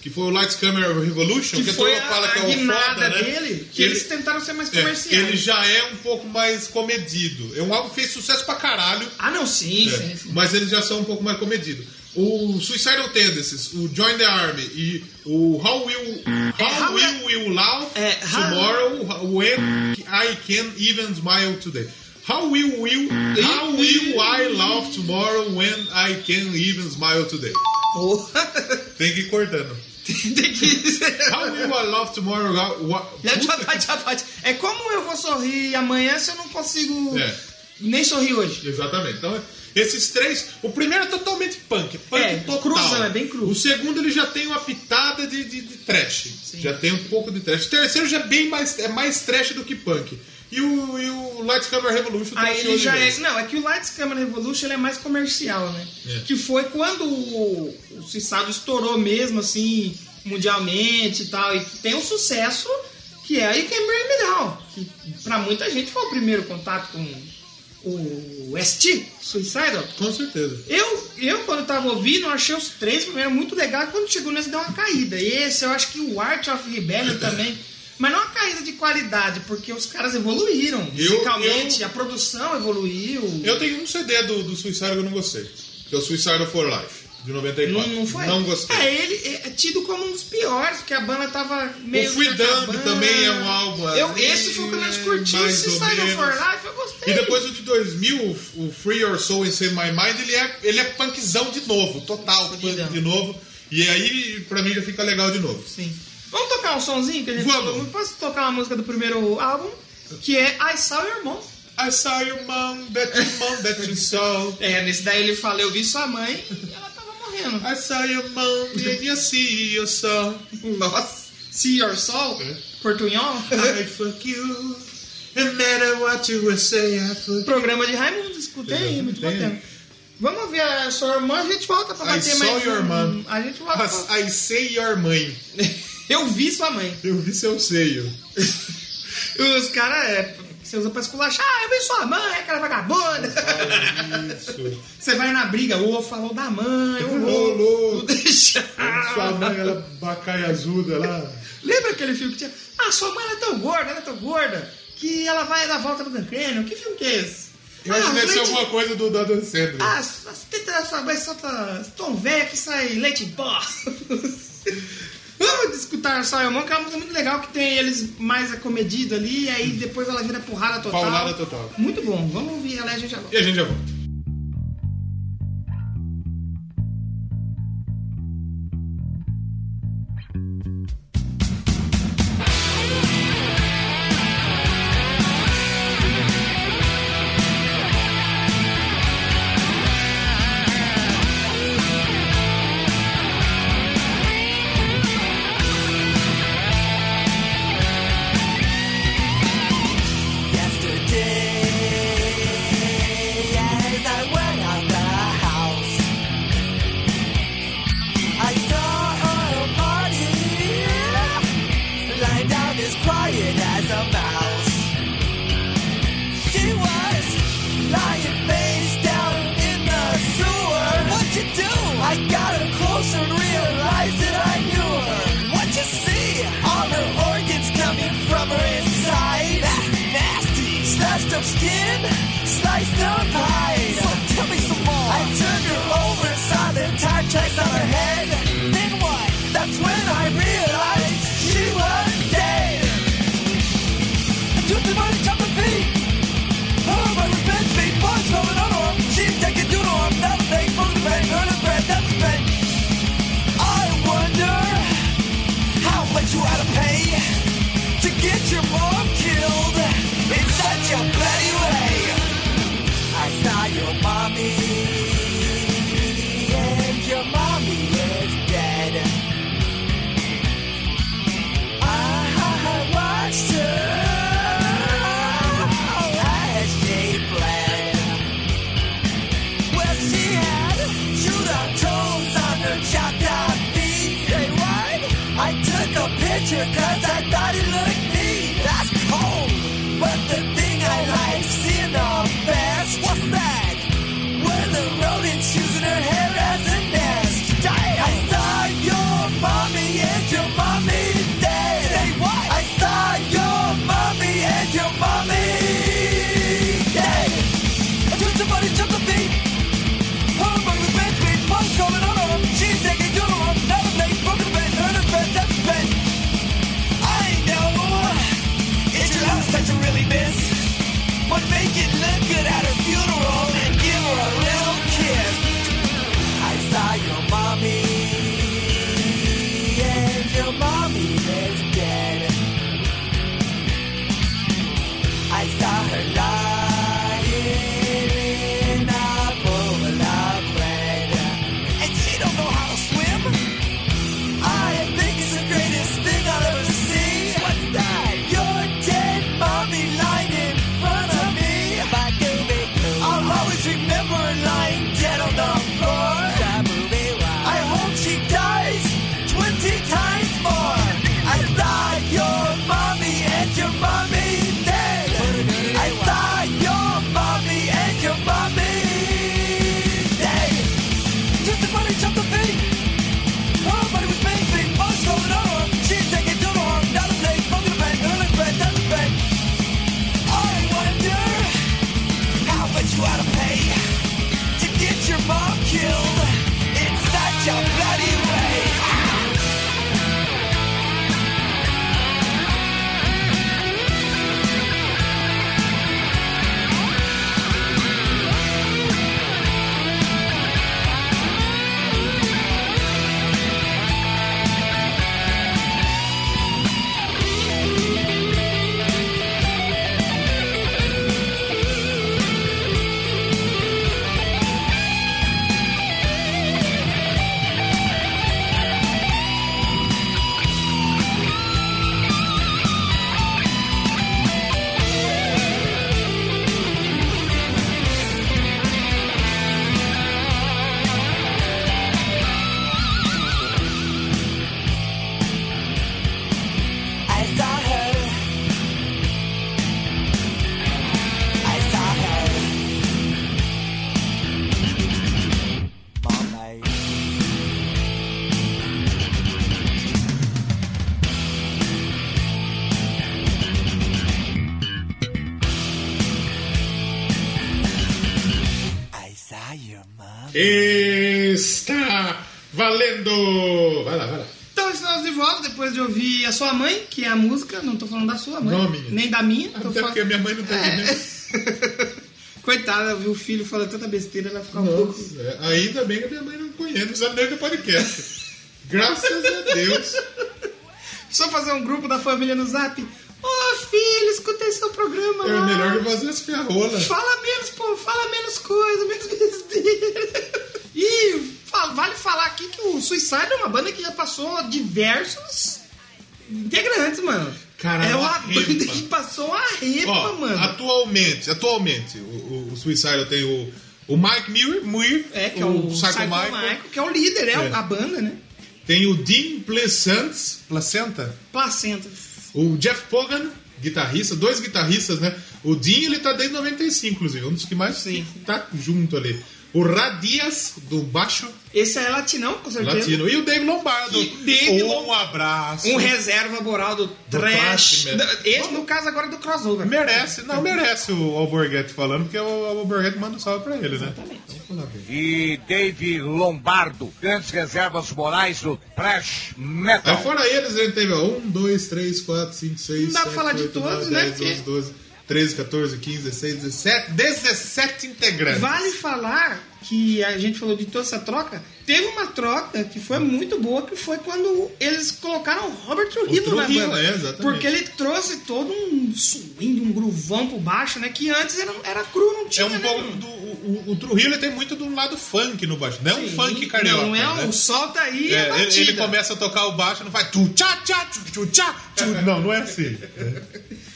S3: que foi o Lights Camera Revolution, que,
S1: Que,
S3: a
S1: foi
S3: turma
S1: a,
S3: fala que é
S1: a
S3: o foda,
S1: guinada
S3: né?
S1: dele, que
S3: ele,
S1: eles tentaram ser mais
S3: é,
S1: comerciais.
S3: ele já é um pouco mais comedido. É um álbum que fez sucesso pra caralho,
S1: Ah, não, sim,
S3: é,
S1: sim, sim.
S3: mas eles já são um pouco mais comedidos. O Suicidal Tendencies, o Join the Army e o How Will How
S1: How
S3: Will Will Laugh
S1: É, How-
S3: Tomorrow When I Can Even Smile Today. How will, will, how will I laugh tomorrow when I can even smile today?
S1: Porra.
S3: Tem que ir cortando.
S1: Tem que.
S3: How will I love tomorrow? How- wha-
S1: Já, já vai, já vai. É como eu vou sorrir amanhã se eu não consigo
S3: É.
S1: nem sorrir hoje.
S3: Exatamente. Então, esses três. O primeiro é totalmente punk. punk
S1: É,
S3: total.
S1: cruzão, é bem cru.
S3: O segundo ele já tem uma pitada de, de, de trash. Já tem um pouco de trash. O terceiro já é bem mais, é mais trash do que punk. E o, e o Light Camera Revolution tá
S1: Aí
S3: trouxe
S1: ele
S3: o
S1: já é.
S3: Oliveira.
S1: Não, é que o Lights Camera Revolution ele é mais comercial, né?
S3: É.
S1: Que foi quando o, o Cissado estourou mesmo, assim, mundialmente e tal. E que tem um sucesso que é a You Can Bring Me Down. Que pra muita gente foi o primeiro contato com o ST, Suicidal.
S3: Com certeza.
S1: Eu, eu, quando tava ouvindo, eu achei os três primeiros muito legais. Quando chegou nesse, deu uma caída. E esse, eu acho que o Art of Rebellion também. Mas não uma caída de qualidade, porque os caras evoluíram
S3: Eu-
S1: musicalmente, a produção evoluiu.
S3: Eu tenho um CD do, do Suicidal que eu não gostei. Que é o Suicidal for Life. de 94.
S1: Não, não foi?
S3: gostei.
S1: É, ele é tido como um dos piores, porque a banda tava meio.
S3: O Free
S1: que
S3: Dump
S1: acabando.
S3: também é um álbum
S1: Eu,
S3: ali,
S1: esse foi o que nós curtimos.
S3: mais
S1: Se
S3: ou
S1: Cyber for
S3: menos.
S1: Life, eu gostei.
S3: E depois o de 2000, o- o Free Your Soul and Save My Mind, ele é, ele é punkzão de novo, total
S1: Fudidão.
S3: punk de novo. E aí, pra mim, já fica legal de novo.
S1: Sim. Vamos tocar um sonzinho que a gente
S3: Vamos.
S1: falou muito. Posso tocar uma música do primeiro álbum? Que é I Saw Your Mom.
S3: I saw your mom, that your mom, that you saw.
S1: É, nesse daí ele fala, eu vi sua mãe e ela tava morrendo.
S3: I saw your mom, and you see your soul.
S1: Nossa. See Your Soul?
S3: É.
S1: Portunhol?
S3: I fuck you, no matter what you will say, I fuck
S1: Programa de Raimundo, escutei aí, muito
S3: É, Tem.
S1: bacana. Vamos ouvir a Saw Your Mom, a gente volta pra
S3: I
S1: bater
S3: saw
S1: mais.
S3: your
S1: um-
S3: mom.
S1: A gente volta. pra-
S3: you. I say your mãe.
S1: Eu vi sua mãe.
S3: Eu vi seu seio.
S1: Os caras, é, você usa pra esculachar, ah, eu vi sua mãe, aquela vagabunda.
S3: Isso.
S1: Você vai na briga, ô, falou da mãe, ô, ô,
S3: Rolou.
S1: deixa.
S3: É, Sua mãe, ela bacaia azuda lá.
S1: Lembra aquele filme que tinha? Ah, sua mãe ela é tão gorda, ela é tão gorda, que ela vai dar volta no cancrênio. Que filme que é esse?
S3: Eu acho
S1: ah,
S3: que deve ser
S1: leite-
S3: alguma coisa do Adam Sandler.
S1: Ah, as as tetas dessa mãe solta tão velha que sai leite em pó. Vamos escutar só Mão, que é uma música muito legal, que tem eles mais acomedido ali, e aí depois ela vira porrada total.
S3: Paulada total.
S1: Muito bom, vamos ouvir ela e a gente já volta.
S3: E a gente já volta.
S4: Yesterday, as I went out the house, I saw a party lying down as quiet as a mouse. She was lying face down in the sewer. What'd you do? I got her close and realized that I knew her. What'd you see? All her organs coming from her inside. That's nasty. Slashed up skin, sliced up hide. So tell me some more. I turned her over and saw the tire tracks on her head. Then what? That's when I realized she was dead. Took the money, chopped her feet. Her mother's best mate, boys rolling on her. She's taking due to him. Nothing for the bread, burn the bread, that's the bread. I wonder how much you had to pay to get your mom killed in such a bloody way. I saw your mommy, and your mommy is dead. I watched her as she bled. Well, she had chewed up toes on her chopped off feet. Say what? I took a picture cause I thought it looked neat. That's cold. But the thing I like seeing all best, what's that? Were the rodents using her hair as a nest? Damn! I saw your mommy and your mommy dead. Say what? I saw your mommy and your mommy dead. I took somebody, took the feet. I know
S3: Está valendo! Vai lá, vai lá.
S1: Então estamos de volta depois de ouvir a sua mãe, que é a música, não tô falando da sua mãe,
S3: Não, minha.
S1: nem da minha. tô
S3: Até
S1: falando-
S3: porque minha mãe não tá
S1: É.
S3: aqui, né?
S1: Coitada, eu vi o filho falando tanta besteira, ela fica um pouco.
S3: Nossa, é, ainda bem que minha mãe não conhece, não sabe nem o que é podcast. Graças a Deus. é
S1: Só fazer um grupo da família no zap. Ô filho, escutei seu programa
S3: É
S1: lá.
S3: melhor que fazer as ferrolas.
S1: Fala menos, pô, fala menos coisa, menos besteira. E fa- vale falar aqui que o Suicide é uma banda que já passou diversos integrantes, mano.
S3: Cara,
S1: é
S3: uma
S1: uma banda
S3: ripa.
S1: que passou uma ripa,
S3: Ó,
S1: mano.
S3: atualmente, atualmente, o, o, o Suicidal tem o, o Mike Muir, Muir
S1: É, que é o, Psycho, Michael, que é o líder, é,
S3: É.
S1: a banda, né?
S3: tem o Dean Plessant, Placenta,
S1: Placenta.
S3: o Jeff Pogan, guitarrista, dois guitarristas, né? O Dean, ele tá desde 95, inclusive, um dos que mais
S1: Sim.
S3: tá junto ali. O Radias, do baixo
S1: Esse é latinão, com certeza.
S3: latino. E o Dave Lombardo.
S1: E Dave
S3: um
S1: Lom-
S3: abraço.
S1: Um reserva moral do trash.
S3: trash né? mesmo.
S1: da- Esse, no caso, agora é do crossover.
S3: Merece, não, merece o Alborguete falando, porque o Alborguete manda um salve pra ele, né?
S2: e Dave Lombardo, grandes reservas morais do Trash Metal.
S3: Aí fora eles, a gente teve 1, 2, 3, 4, 5, 6,
S1: Não dá pra falar de todos, né,
S3: 10, 11, 12, 13, 14, 15, 16, 17, 17 integrantes.
S1: Vale falar que a gente falou de toda essa troca. Teve uma troca que foi muito boa, que foi quando eles colocaram o Robert Trujillo na
S3: Trujillo,
S1: banda.
S3: é, exatamente.
S1: porque ele trouxe todo um swing, um gruvão pro baixo, né? Que antes era, era cru, não
S3: É
S1: tinha.
S3: um
S1: né,
S3: pouco
S1: mano?
S3: do. O, o- o Trujillo ele tem muito do lado funk no baixo. Não é um funk carioca.
S1: Não é
S3: né?
S1: o solta aí
S3: É,
S1: a
S3: ele-
S1: batida.
S3: ele, começa a tocar o baixo e não faz tu tchá tchá tchu tchu tchá tchu. Não, não é assim.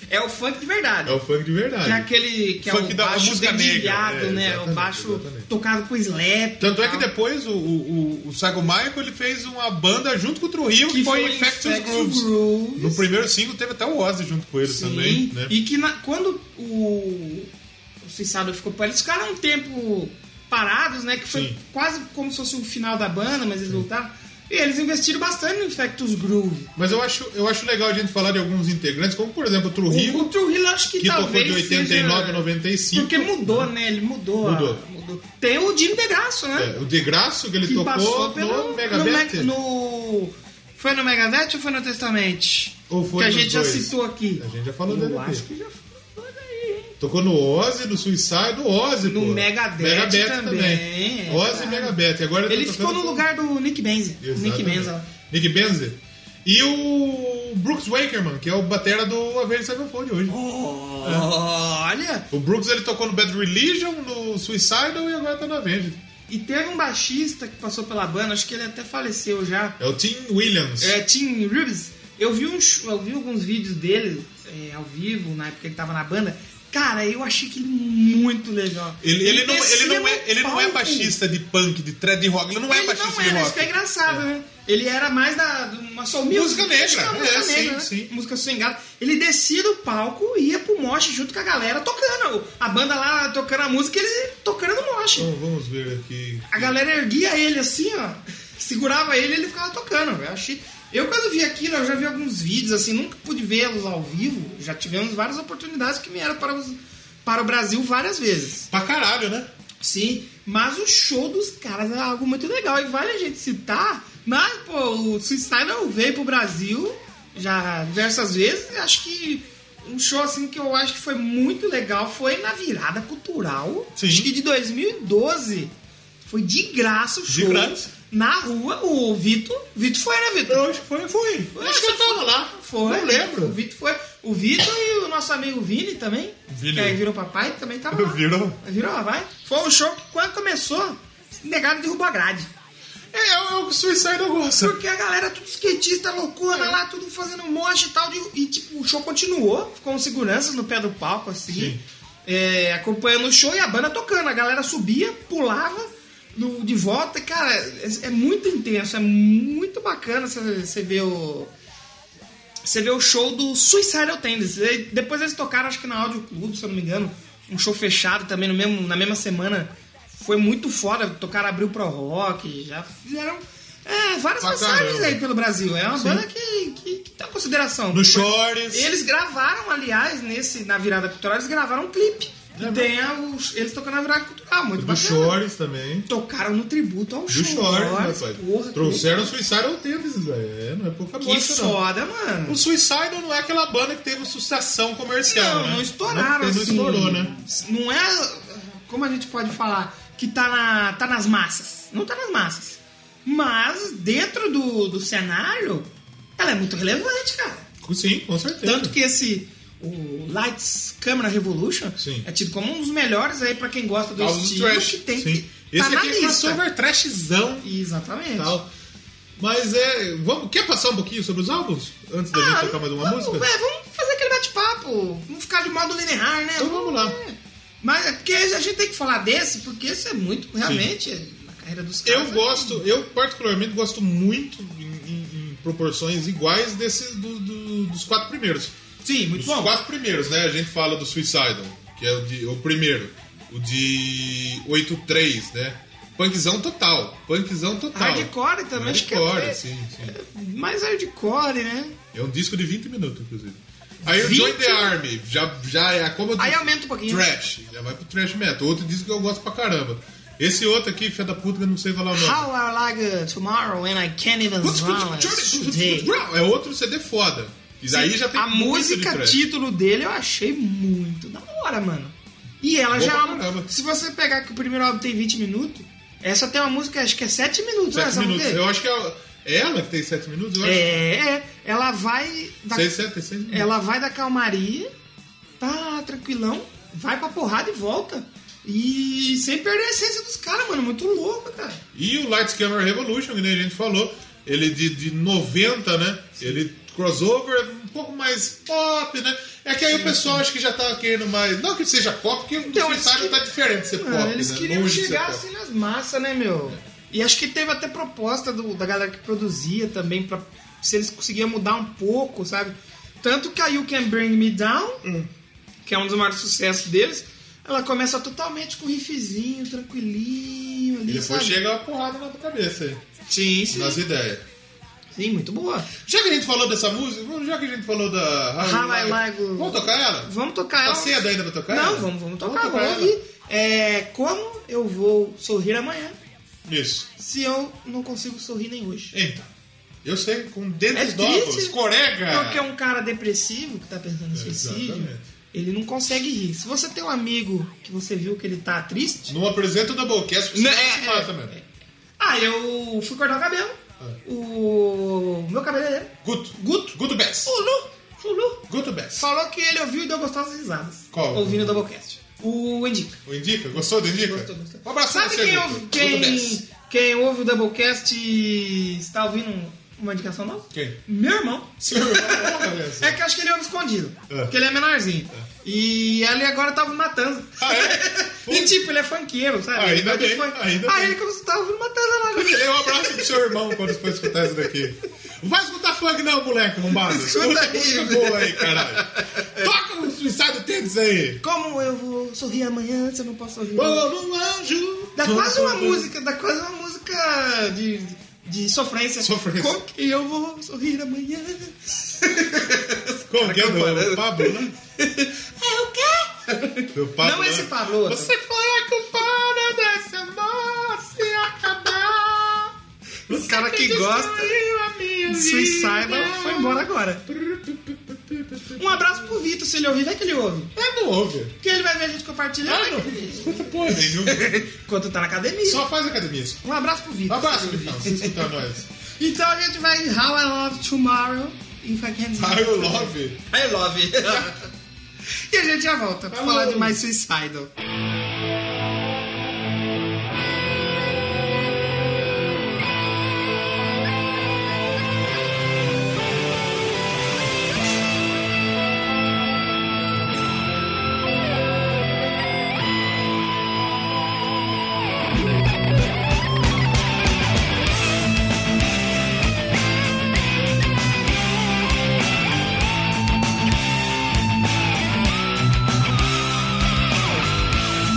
S1: É o funk de verdade.
S3: É o funk de verdade.
S1: Que é aquele que é
S3: Funk
S1: o
S3: da- a
S1: baixo
S3: música negra,
S1: dedilhado,
S3: é,
S1: né? O
S3: exatamente,
S1: baixo
S3: exatamente.
S1: tocado com slap.
S3: Tanto é que
S1: e tal.
S3: depois o, o, o- o Sago Michael ele fez uma banda junto com o Trujillo que,
S1: Que
S3: foi
S1: foi
S3: Infectious
S1: Infectious
S3: Grooves.
S1: Grooves.
S3: No primeiro single teve até o Ozzy junto com ele também, né?
S1: E que na- quando o, o Suicidal ficou para eles ficaram um tempo parados, né? Que foi
S3: Sim.
S1: quase como se fosse o final da banda, mas eles voltaram. E eles investiram bastante no Infectus Groove.
S3: Mas eu acho, eu acho legal a gente falar de alguns integrantes, como por exemplo o
S1: O,
S3: Trujillo,
S1: o True Hill acho que,
S3: que tocou
S1: talvez
S3: de 89 a
S1: seja...
S3: 95.
S1: Porque mudou, né? Ele mudou. a-
S3: Mudou.
S1: Tem o Jimmy Degrasso, né?
S3: É, o De Graça que ele
S1: que
S3: tocou
S1: passou pelo,
S3: no
S1: no
S3: Megadeth.
S1: Meg- no- Foi no Megadeth ou foi no Testamente?
S3: Ou foi
S1: que a
S3: nos
S1: gente já
S3: dois?
S1: citou aqui.
S3: A gente já falou
S1: Eu
S3: dele aqui.
S1: acho que já falou daí, hein?
S3: Tocou no Ozzy, no Suicide, no Ozzy,
S1: No
S3: pô.
S1: Megadeth também, é,
S3: Ozzy e
S1: claro.
S3: Megadeth. Agora
S1: Ele
S3: tá
S1: ficou
S3: tocando
S1: no
S3: com-
S1: lugar do Nick Benz. Nick
S3: Exatamente.
S1: Benz, ó.
S3: Nick Benz. E o Brooks Wakerman, que é o batera do Avenged Sevenfold hoje.
S1: Oh. Olha!
S3: O Brooks ele tocou no Bad Religion, no Suicidal e agora tá no Avenged.
S1: E teve um baixista que passou pela banda, acho que ele até faleceu já.
S3: É o Tim Williams.
S1: É, Tim Rubens. Eu vi, um, show- eu vi alguns vídeos dele é, ao vivo, na época que ele tava na banda. Cara, eu achei que ele muito legal.
S3: Ele, ele não, ele,
S1: descia
S3: não é,
S1: no
S3: ele não é
S1: palco.
S3: baixista de punk, de thread rock. Ele não é
S1: um ele
S3: baixista
S1: não
S3: de
S1: era,
S3: rock.
S1: isso que é engraçado, né? Ele era mais da de uma soul music.
S3: Música negra,
S1: acho que era
S3: é,
S1: música
S3: sim,
S1: negra, né?
S3: sim.
S1: Música swingada. Ele descia do palco e ia pro mosh junto com a galera tocando. A banda lá tocando a música e ele tocando no mosh.
S3: Então, vamos ver aqui.
S1: A galera erguia ele assim, ó. Segurava ele e ele ficava tocando. Eu achei. Eu quando vi aquilo, eu já vi alguns vídeos, assim, nunca pude vê-los ao vivo. Já tivemos várias oportunidades que vieram para, os- para o Brasil várias vezes.
S3: Pra caralho, né?
S1: Sim, mas o show dos caras é algo muito legal e vale a gente citar. Mas, pô, o Suicidal veio pro Brasil já diversas vezes. e Acho que um show assim que eu acho que foi muito legal foi na virada cultural.
S3: Sim.
S1: Acho que de 2012. Foi de graça o show.
S3: graça.
S1: Na rua, o Vitor. Vito foi, né, Vitor?
S3: acho que foi. Foi. Eu acho que eu tava lá.
S1: Foi.
S3: Não lembro.
S1: O Vitor foi. O Vitor e o nosso amigo Vini também.
S3: Vini.
S1: Que aí virou papai, também tava.
S3: Eu
S1: lá.
S3: Virou.
S1: Virou, vai. Foi um show que quando começou, negado derrubou a grade.
S3: É, é o- é o que o Suicidal gosta.
S1: Porque a galera, tudo skatista, loucura lá, tudo fazendo moche e tal. de- e tipo, o show continuou, com seguranças no pé do palco, assim, é, acompanhando o show e a banda tocando. A galera subia, pulava no- de volta. E, Cara, é, é muito intenso, é muito bacana você você ver o. Você vê o show do Suicidal Tendencies. E Depois eles tocaram, acho que na Audio Club, se eu não me engano. Um show fechado também no mesmo, na mesma semana. Foi muito foda. Tocaram abriu pro rock. Já fizeram é, várias
S3: Pra
S1: passagens
S3: caramba.
S1: aí pelo Brasil. É uma banda que, que, que tá em consideração.
S3: No Shores.
S1: Eles gravaram, aliás, nesse, na virada cultural, eles gravaram um clipe. E tem a- os- eles tocando na virada cultural, muito
S3: Do
S1: bacana.
S3: Chores também.
S1: Tocaram no tributo ao
S3: Do
S1: Chores.
S3: Chores, rapaz.
S1: Porra,
S3: Trouxeram o Suicidal Tendencies, velho. É, não é pouca
S1: que, que
S3: bosta, não.
S1: foda, mano.
S3: O Suicidal não é aquela banda que teve uma sucessão comercial,
S1: Não,
S3: né?
S1: não estouraram,
S3: não,
S1: assim.
S3: Não estourou, né?
S1: Não é. Como a gente pode falar que tá, na, tá nas massas? Não tá nas massas. Mas dentro do, do cenário, ela é muito relevante, cara.
S3: Sim, com certeza.
S1: Tanto que esse. O Lights Camera Revolution
S3: Sim.
S1: é tido como um dos melhores aí pra quem gosta do
S3: Tal do
S1: estilo
S3: thrash,
S1: que tem
S3: sim.
S1: que tá
S3: Esse
S1: na
S3: aqui é
S1: lista.
S3: crossover trashzão
S1: Exatamente.
S3: e tal. Mas é. Vamos, quer passar um pouquinho sobre os álbuns? Antes da gente tocar mais uma
S1: Ah, vamos,
S3: música?
S1: é, vamos fazer aquele bate-papo. Vamos ficar de modo linear, né?
S3: Então vamos lá.
S1: é. Mas é porque a gente tem que falar desse, porque isso é muito, realmente, na carreira dos caras.
S3: Eu
S1: é-
S3: gosto, eu particularmente gosto muito em, em- em proporções iguais desses do- do- dos quatro primeiros.
S1: Sim, muito
S3: Os
S1: bom.
S3: quatro primeiros, né? A gente fala do Suicidal, que é o, de- o primeiro. O de 8-3, né? Punkzão total. Punkzão total.
S1: Hardcore também, acho que é-
S3: Hardcore, sim, sim.
S1: Mais hardcore, é né?
S3: É um disco de 20 minutos, inclusive. Aí o
S1: 20?
S3: Join the Army, já, já é a coma do
S1: Aí aumenta um pouquinho.
S3: Trash, já vai pro Trash Metal. Outro disco que eu gosto pra caramba. Esse outro aqui, filha da puta, que eu não sei falar o nome.
S1: How I Like uh, Tomorrow and I Can't Even Smile Today.
S3: É outro CD foda. E daí já tem
S1: a
S3: muito de
S1: música
S3: trash.
S1: título dele eu achei muito da hora, mano. E ela
S3: Boa
S1: já.
S3: pra caramba.
S1: Se você pegar que o primeiro álbum tem 20 minutos, essa tem uma música, acho que é 7 minutos, né?
S3: Sete
S1: essa não
S3: minutos.
S1: tem?
S3: Eu acho que é é ela que tem 7 minutos, eu acho.
S1: É, é. Ela vai. Da,
S3: 6, 7, 6 minutos.
S1: Tá. ela vai da calmaria, tá tranquilão, vai pra porrada e volta. E sem perder a essência dos caras, mano. Muito louco, cara.
S3: E o Lights Camera Revolution, que nem a gente falou, ele de, de 90, né? Ele crossover um pouco mais pop, né? É que aí o pessoal acho que já tá querendo mais. Não que seja pop, porque
S1: Então,
S3: o
S1: eles
S3: Suicide
S1: que-
S3: tá diferente de ser pop.
S1: Mano, eles
S3: né?
S1: queriam
S3: Longe de ser
S1: chegar
S3: pop.
S1: assim nas massas, né, meu? E acho que teve até proposta do- da galera que produzia também, pra, se eles conseguiam mudar um pouco, sabe? Tanto que a You Can Bring Me Down,
S3: Hum.
S1: que é um dos maiores sucessos deles, ela começa totalmente com um riffzinho, tranquilinho ali,
S3: E depois
S1: sabe?
S3: chega uma porrada na cabeça aí,
S1: Sim, sim,
S3: nas ideias.
S1: sim, muito boa.
S3: Já que a gente falou dessa música, vamos- já que a gente falou da
S1: How I Like-
S3: Vamos tocar ela?
S1: Vamos tocar
S3: Tá
S1: ela.
S3: cedo ainda pra tocar
S1: Não,
S3: ela?
S1: vamos, vamos tocar, vamos,
S3: ela.
S1: ouvir. É, como eu vou sorrir amanhã
S3: Isso.
S1: se eu não consigo sorrir nem hoje?
S3: Então, eu sei, com dentes
S1: É
S3: novos,
S1: triste.
S3: corega.
S1: Porque é um cara depressivo que tá pensando em suicídio,
S3: Exatamente.
S1: ele não consegue rir. Se você tem um amigo que você viu que ele tá triste.
S3: Não apresenta o Doublecast, porque
S1: Não,
S3: senão
S1: é,
S3: se mata mesmo.
S1: Ah, eu fui cortar o cabelo.
S3: Ah.
S1: O meu é cabeleireiro,
S3: Guto. Guto? Guto Bess.
S1: o Lu, o Lu,
S3: Guto Bess.
S1: falou que ele ouviu e deu gostosas risadas.
S3: Qual?
S1: Ouvindo o Doublecast. O Indica.
S3: O Indica? Gostou do Indica?
S1: Gostou, gostou.
S3: Um abraço pra
S1: Sabe
S3: você,
S1: quem
S3: Guto.
S1: ouve,
S3: Guto Bess.
S1: quem, quem ouve o Doublecast e está ouvindo um, uma indicação nova?
S3: Quem?
S1: Meu irmão.
S3: Seu irmão, olha só.
S1: É que eu acho que ele ouve escondido.
S3: É.
S1: Porque ele é menorzinho. E ele agora tava matando.
S3: Ah, é?
S1: e tipo, ele é funkeiro, sabe?
S3: Ainda
S1: ele gosta de
S3: bem,
S1: funk.
S3: ainda
S1: Aí
S3: bem.
S1: ele começou a tava ouvindo matando lá.
S3: Dê um abraço pro seu irmão quando for escutar isso daqui. Não vai escutar funk não, moleque, arrombado.
S1: Escuta
S3: Escuta
S1: aí.
S3: música boa aí, caralho. Toca o Suicide Tênis aí.
S1: Como eu vou sorrir amanhã se eu não posso sorrir?
S3: Ô,
S1: hoje?
S3: um anjo.
S1: Dá quase uma música, dá quase uma música de, de sofrência.
S3: Sofrência.
S1: Como que eu vou sorrir amanhã?
S3: Como que é do Pablo, né?
S1: É o quê?
S3: Meu Pablo,
S1: Não
S3: né?
S1: esse Pablo, outro.
S3: Você foi a culpada desse amor se acabar.
S1: O cara que gosta
S3: Destruiu a minha
S1: de
S3: vida.
S1: Suicide foi embora agora. Um abraço pro Vitor, se ele ouvir, vai que ele ouve.
S3: Ah, não ouve.
S1: Porque ele vai ver a gente compartilhando.
S3: Ah, não. Escuta porra nenhuma.
S1: Enquanto tá na academia.
S3: Só faz academia. escuta.
S1: Um abraço pro
S3: Um
S1: Vitor.
S3: abraço, Vitão. Se escutar nós.
S1: Então a gente vai em How I Love Tomorrow If I Can't
S3: I will love.
S1: I Love. e a gente já volta pra falar de mais Suicidal.
S7: Thank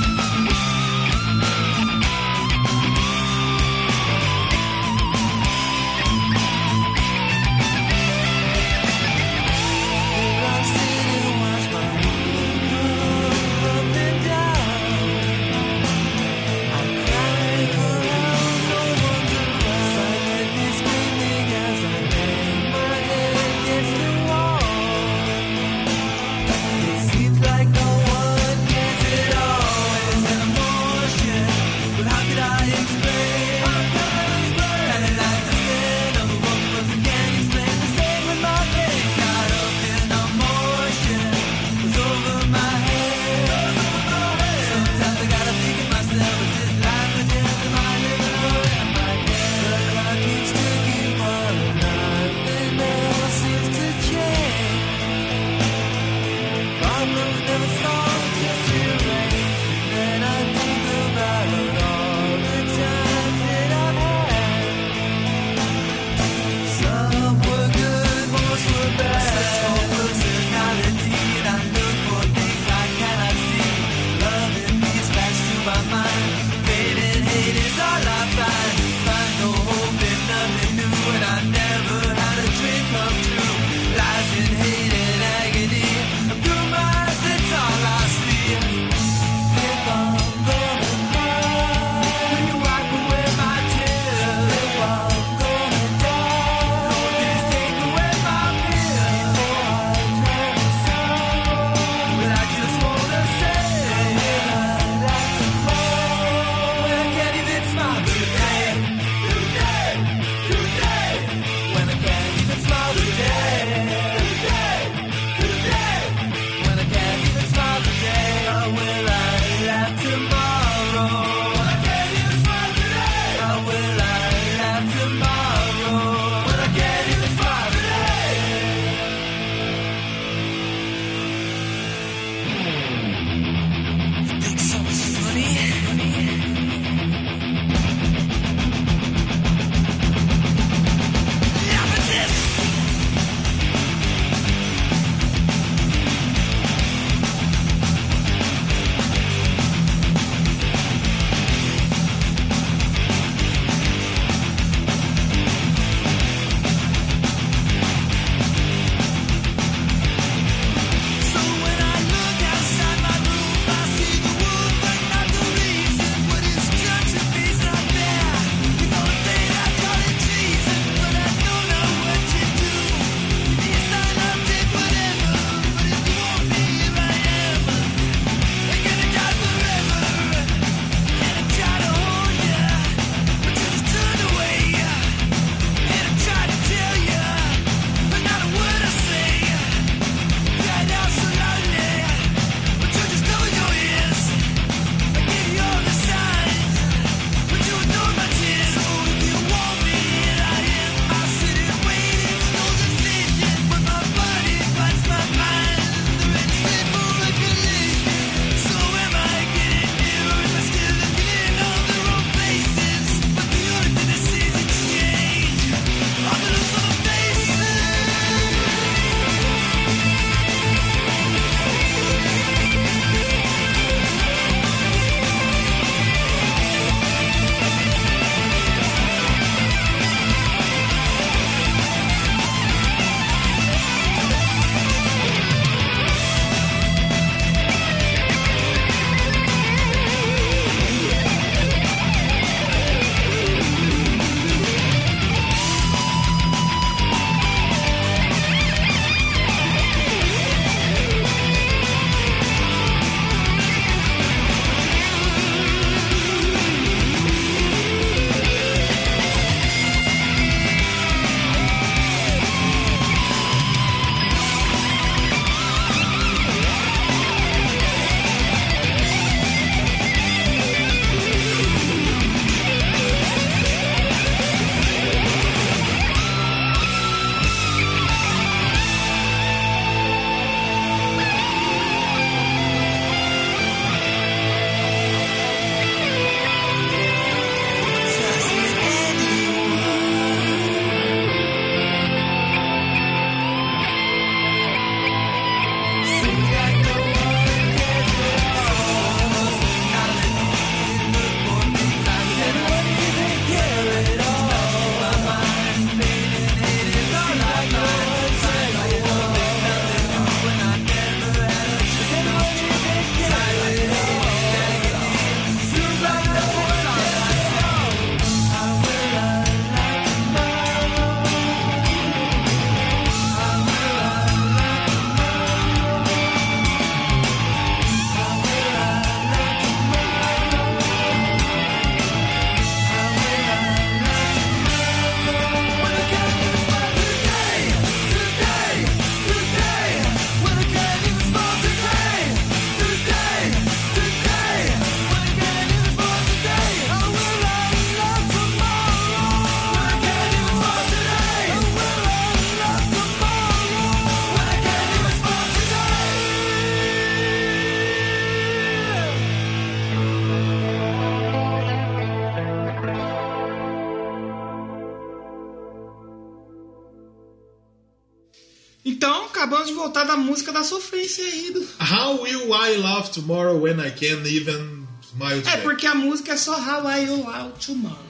S1: Então, acabamos de voltar da música da sofrência aí. Do...
S3: How will I love tomorrow when I can't even smile
S1: É,
S3: today?
S1: porque a música é só How I Will Out Tomorrow.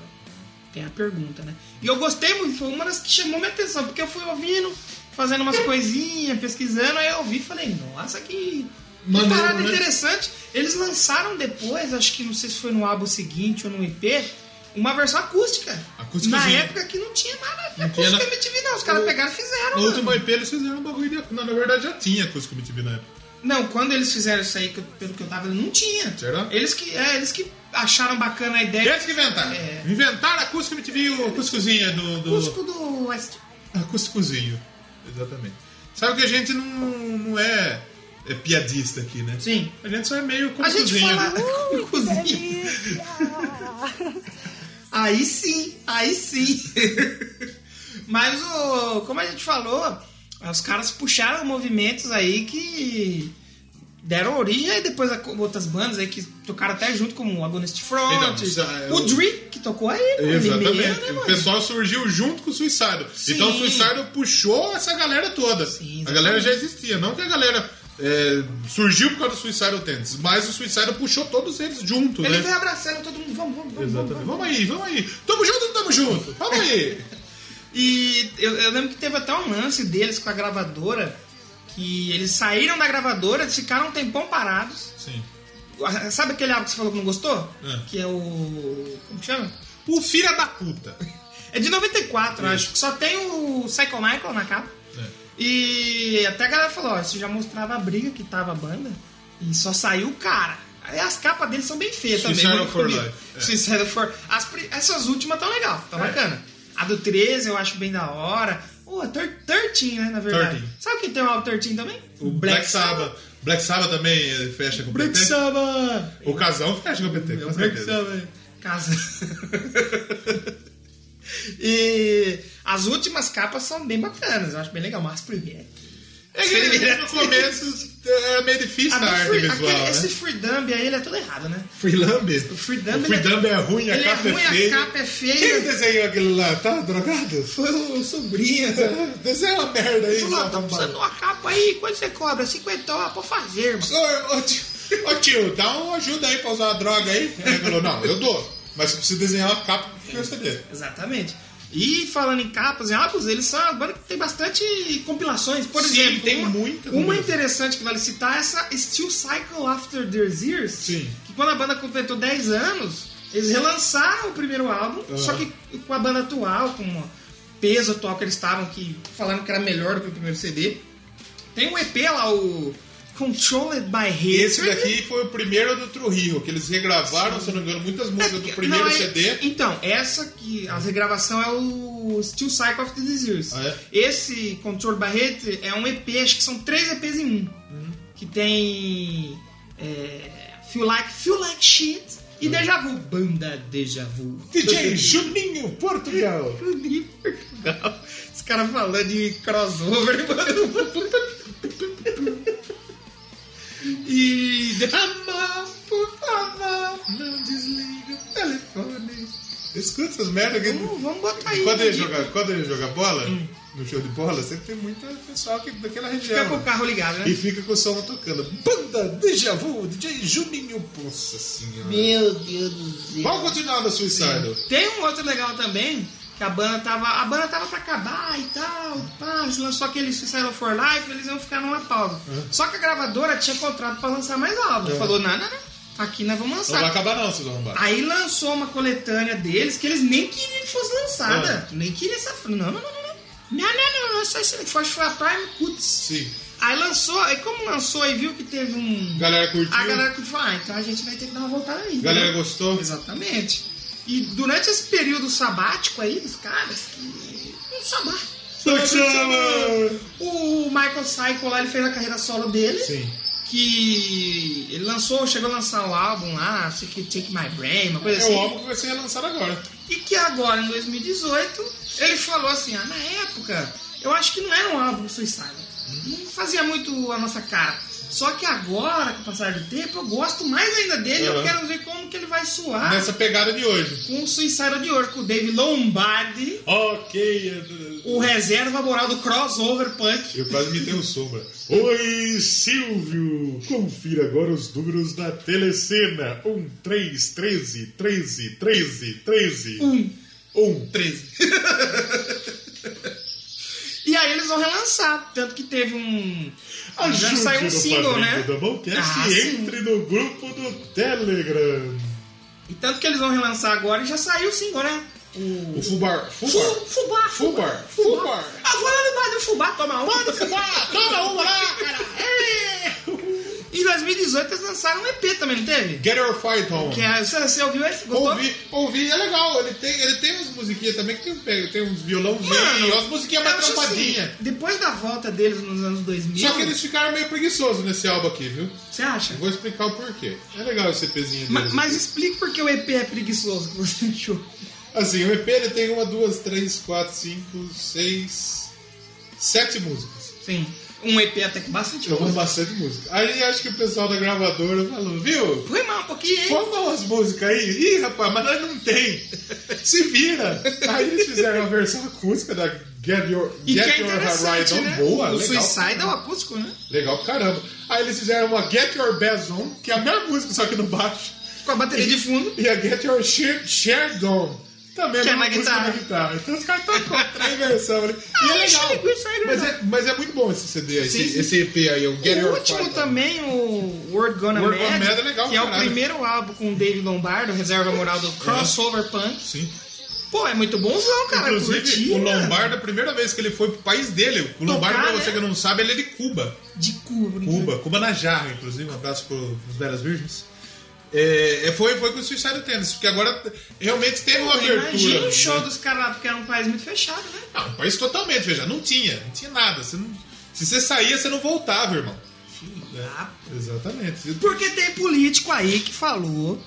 S1: Tem a pergunta, né? E eu gostei muito, foi uma das que chamou minha atenção, porque eu fui ouvindo, fazendo umas coisinhas, pesquisando, aí eu ouvi e falei, nossa, que, que
S3: Maneiro,
S1: parada
S3: né?
S1: interessante. Eles lançaram depois, acho que não sei se foi no álbum seguinte ou no EP, uma versão acústica.
S3: Acústicazinha.
S1: Na época que não tinha nada de
S3: Não tinha
S1: acústica
S3: nada.
S1: MTV, não. Os caras
S3: No-
S1: pegaram e fizeram.
S3: No
S1: mano.
S3: último EP eles fizeram um bagulho de... Não, na verdade já tinha acústico MTV na época.
S1: Não, quando eles fizeram isso aí, que eu- pelo que eu tava, não tinha.
S3: Será?
S1: Eles que, é, eles que acharam bacana a ideia.
S3: Eles que inventaram.
S1: É.
S3: Inventaram acústico MTV e o acústicozinho do... do...
S1: Cusco do West.
S3: Acústicozinho. Exatamente. Sabe que a gente não, não é, é piadista aqui, né?
S1: Sim. né?
S3: A gente só é meio né?
S1: A gente Uh,
S3: cuscuzinho.
S1: fala cozinha. Aí sim, aí sim. Mas o, como a gente falou, os caras puxaram movimentos aí que deram origem aí depois a co- outras bandas aí que tocaram até junto como o Agonist Front,
S3: Então, isso é-
S1: o Dre que tocou aí, mano, Limeira, né,
S3: Exatamente. O
S1: mano?
S3: pessoal surgiu junto com o Suicidal.
S1: Sim.
S3: Então o Suicidal puxou essa galera toda.
S1: Sim,
S3: a galera já existia. Não que a galera é, surgiu por causa do Suicidal Tennis, mas o Suicidal puxou todos eles junto,
S1: Ele
S3: né?
S1: veio né? abraçando todo mundo, vamos, vamos, vamos, vamos.
S3: Exatamente. Vamos aí, vamos aí. Tamo junto, ou não tamo junto. Vamos aí.
S1: E eu, eu lembro que teve até um lance deles com a gravadora, que eles saíram da gravadora, eles ficaram um tempão parados.
S3: Sim.
S1: Sabe aquele álbum que você falou que não gostou?
S3: É.
S1: Que é o. Como que chama?
S3: O filho da puta.
S1: É de 94, eu acho. que Só tem o Psycho Michael na capa.
S3: É.
S1: E até a galera falou, ó, isso já mostrava a briga que tava a banda. E só saiu o cara. Aí As capas deles são bem feias
S3: Suicidal
S1: também. muito
S3: for
S1: bonito.
S3: Life, é.
S1: Suicidal for as pri- Essas últimas tão legal, tão
S3: É.
S1: bacana. A do 13 eu acho bem da hora. Pô, a thir- 13, né, na verdade.
S3: 13.
S1: Sabe quem tem o álbum 13 também?
S3: O Black Sabbath. Black Sabbath também eh, fecha com o
S1: Black
S3: PT.
S1: Sabbath!
S3: O casal fecha com o PT. com
S1: Como é que
S3: certeza.
S1: chama, hein? Casa. e as últimas capas são bem bacanas, eu acho bem legal, mas as primeiras.
S3: É que no começo é meio difícil
S1: A do
S3: a arte
S1: Free-
S3: visual,
S1: aquele-
S3: né?
S1: Esse Free Dumb aí, ele é todo errado, né?
S3: Free Lambe? O
S1: Free Dumb, ele
S3: Free
S1: é-
S3: Dumb é ruim, a
S1: ele é
S3: capa
S1: ruim,
S3: é feia.
S1: a capa é
S3: Quem
S1: feia.
S3: desenhou aquilo lá? Tá drogado?
S1: Foi o sobrinho. sabe?
S3: Desenha uma merda aí. um
S1: Fulano, tá
S3: seu
S1: precisando de
S3: arrombado.
S1: uma capa aí, quando você cobra? 50 horas, pode fazer, mano.
S3: Ô, ô, tio, ô, tio, dá uma ajuda aí pra usar uma droga aí. Aí Ele falou, não, eu dou. Mas você precisa desenhar uma capa pra eu saber.
S1: Exatamente. E falando em capas e álbuns, eles são uma banda que tem bastante compilações. Por
S3: Sim,
S1: exemplo,
S3: tem
S1: uma,
S3: muita
S1: uma
S3: coisa.
S1: interessante que vale citar é essa Still Cycle After Their Years.
S3: Sim.
S1: Que quando a banda completou 10 anos, eles relançaram o primeiro álbum,
S3: Aham.
S1: só que com a banda atual, com o peso atual que eles estavam, que falaram que era melhor do que o primeiro CD. Tem um EP lá, o Controlled by Hatred.
S3: Esse daqui foi o primeiro do True Rio, que eles regravaram, se eu não me engano, muitas músicas do primeiro
S1: Não, é-
S3: CD.
S1: Então, essa que a regravação é o Still Cycle of the Disease.
S3: Ah, é?
S1: Esse Control Barrete é um EP, acho que são três EPs em um.
S3: Uhum.
S1: Que tem. é, feel Like Feel Like Shit e
S3: Uhum.
S1: Deja Vu. Banda Deja Vu.
S3: DJ Juninho Portugal.
S1: Juninho Portugal. Os caras falando de crossover, mano. E.
S3: Amor, por favor, não desliga o telefone. Escuta essas merdas aqui.
S1: Vamos, vamos botar aí. Hum.
S3: Quando
S1: né?
S3: ele, joga, quando ele joga bola, no show de bola, sempre tem muita pessoal que, daquela
S1: Fica com
S3: região.
S1: o carro ligado, né?
S3: E fica com o som tocando. Banda Deja Vu, DJ Juninho. Nossa senhora.
S1: Meu Deus do céu.
S3: Vamos continuar da Suicidal.
S1: Tem um outro legal também, que a banda tava. A banda tava pra acabar e tal, pá, eles lançou aquele Suicidal for Life, eles iam ficar numa pausa.
S3: Uhum.
S1: Só que a gravadora tinha contrato pra lançar mais álbum. Falou, não, não, não. Aqui nós vamos
S3: Não vai
S1: lançar.
S3: Uhum. acabar não, seus arrombados.
S1: Aí lançou uma coletânea deles que eles nem queriam que fosse lançada.
S3: Uhum.
S1: Nem queria essa. Não, não, não, não, não. Não, não, não, não, só isso. aí. Foi, acho que foi a Prime Cuts.
S3: Sim.
S1: Aí lançou, aí como lançou aí viu que teve um.
S3: Galera curtiu.
S1: A galera que falou, ah, então a gente vai ter que dar uma voltada aí.
S3: Galera
S1: né?
S3: gostou.
S1: Exatamente. E durante esse período sabático aí dos caras, que. Um
S3: Tá
S1: sabático.
S3: Saxama!
S1: O Michael Psycho lá, ele fez a carreira solo dele.
S3: Sim.
S1: Que ele lançou, chegou a lançar o álbum lá, sei que Take My Brain, uma coisa
S3: É
S1: assim.
S3: o álbum que vai ser lançado agora.
S1: E que agora, em 2018, ele falou assim, ah, na época, eu acho que não era um álbum suicida. Não fazia muito a nossa cara. Só que agora, com o passar do tempo, eu gosto mais ainda dele. Eu
S3: Aham.
S1: quero ver como que ele vai suar
S3: Nessa pegada de hoje.
S1: com o Suicide Um de Ouro, com o Dave Lombardi,
S3: Ok.
S1: o reserva moral do crossover punk.
S3: Eu quase me tenho sombra. Oi, Silvio! Confira agora os números da Telecena. 1, 3, 13, 13, 13, 13.
S1: 1.
S3: 1, 13.
S1: E aí eles vão relançar. Tanto que teve um. já
S3: Ajude
S1: saiu um
S3: no
S1: single,
S3: Fabrico
S1: né?
S3: da Mãocast
S1: Ah,
S3: e
S1: sim.
S3: entre no grupo do Telegram.
S1: E tanto que eles vão relançar agora e já saiu o single, né?
S3: O Fubar.
S1: Fu-
S3: Fubar.
S1: Fubá!
S3: Fubar. Fubar.
S1: Ah, vou lá no bar do Fubá tomar uma. do Fubá, toma uma lá, cara. É. Em 2018 eles lançaram um EP também, não teve?
S3: Get Your Fight On.
S1: Que é, você, você ouviu esse? Gostou?
S3: Ouvi, ouvi, é legal. Ele tem, ele tem umas musiquinhas também que tem, um- tem uns violãozinhos,
S1: Mano,
S3: umas musiquinhas mais
S1: eu acho
S3: trampadinhas.
S1: assim, depois da volta deles nos anos 2000,
S3: Só que eles ficaram meio preguiçosos nesse álbum aqui, viu?
S1: você acha?
S3: Vou explicar o porquê. É legal esse EPzinho
S1: Ma-
S3: deles.
S1: Mas, explica por que o EP é preguiçoso que você achou.
S3: Assim, o EP ele tem uma, duas, três, quatro, cinco, seis, sete músicas.
S1: Sim. Um EP até que bastante
S3: Eu
S1: coisa.
S3: gosto bastante música. Aí acho que o pessoal da gravadora falou, viu?
S1: Foi mal um pouquinho, hein?
S3: Vamos dar umas músicas aí? Ih, rapaz, mas nós não tem. Se vira. Aí eles fizeram uma versão acústica da Get Your,
S1: E
S3: Get
S1: que é
S3: Your Ride
S1: interessante,
S3: On.
S1: né?
S3: Boa,
S1: o
S3: legal.
S1: Suicide é o acústico, né?
S3: Legal pra caramba. Aí eles fizeram uma Get Your Bass On, que é a mesma música, só que no baixo.
S1: Com a bateria de fundo.
S3: E a Get Your Share, Shared On. Também
S1: Que é
S3: a mesma
S1: na
S3: música
S1: guitarra.
S3: na guitarra. Então os caras tocam três versões ali. E é
S1: Ah,
S3: legal.
S1: achei que isso aí é
S3: Mas
S1: legal.
S3: é, mas é muito bom esse CD aí,
S1: Sim,
S3: esse,
S1: sim.
S3: esse EP aí, o Get
S1: o
S3: Your
S1: último
S3: Fight On.
S1: também, o World Gonna
S3: World
S1: Mad,
S3: Gone Mad é legal,
S1: que é o
S3: caralho. É.
S1: primeiro álbum com o Dave Lombardo, reserva moral do crossover punk.
S3: Sim.
S1: Pô, é muito bonzão, cara.
S3: Inclusive,
S1: curti,
S3: o
S1: mano.
S3: Lombardo, a primeira vez que ele foi pro país dele, o Lombardo,
S1: Tocar,
S3: pra
S1: né?
S3: você que não sabe, ele é de Cuba.
S1: De Cuba.
S3: Cuba, Cuba na Jarra, inclusive, um abraço pro- pros Belas Virgens. É, é, foi, foi com o Suicide Tennis, porque agora realmente teve uma abertura.
S1: Imagina o show
S3: né?
S1: dos caras lá, porque era um país muito fechado, né?
S3: Não, um país totalmente, veja, não tinha, não tinha nada. Você não- se você saía, você não voltava, irmão. É, Exatamente.
S1: Porque tem político aí que falou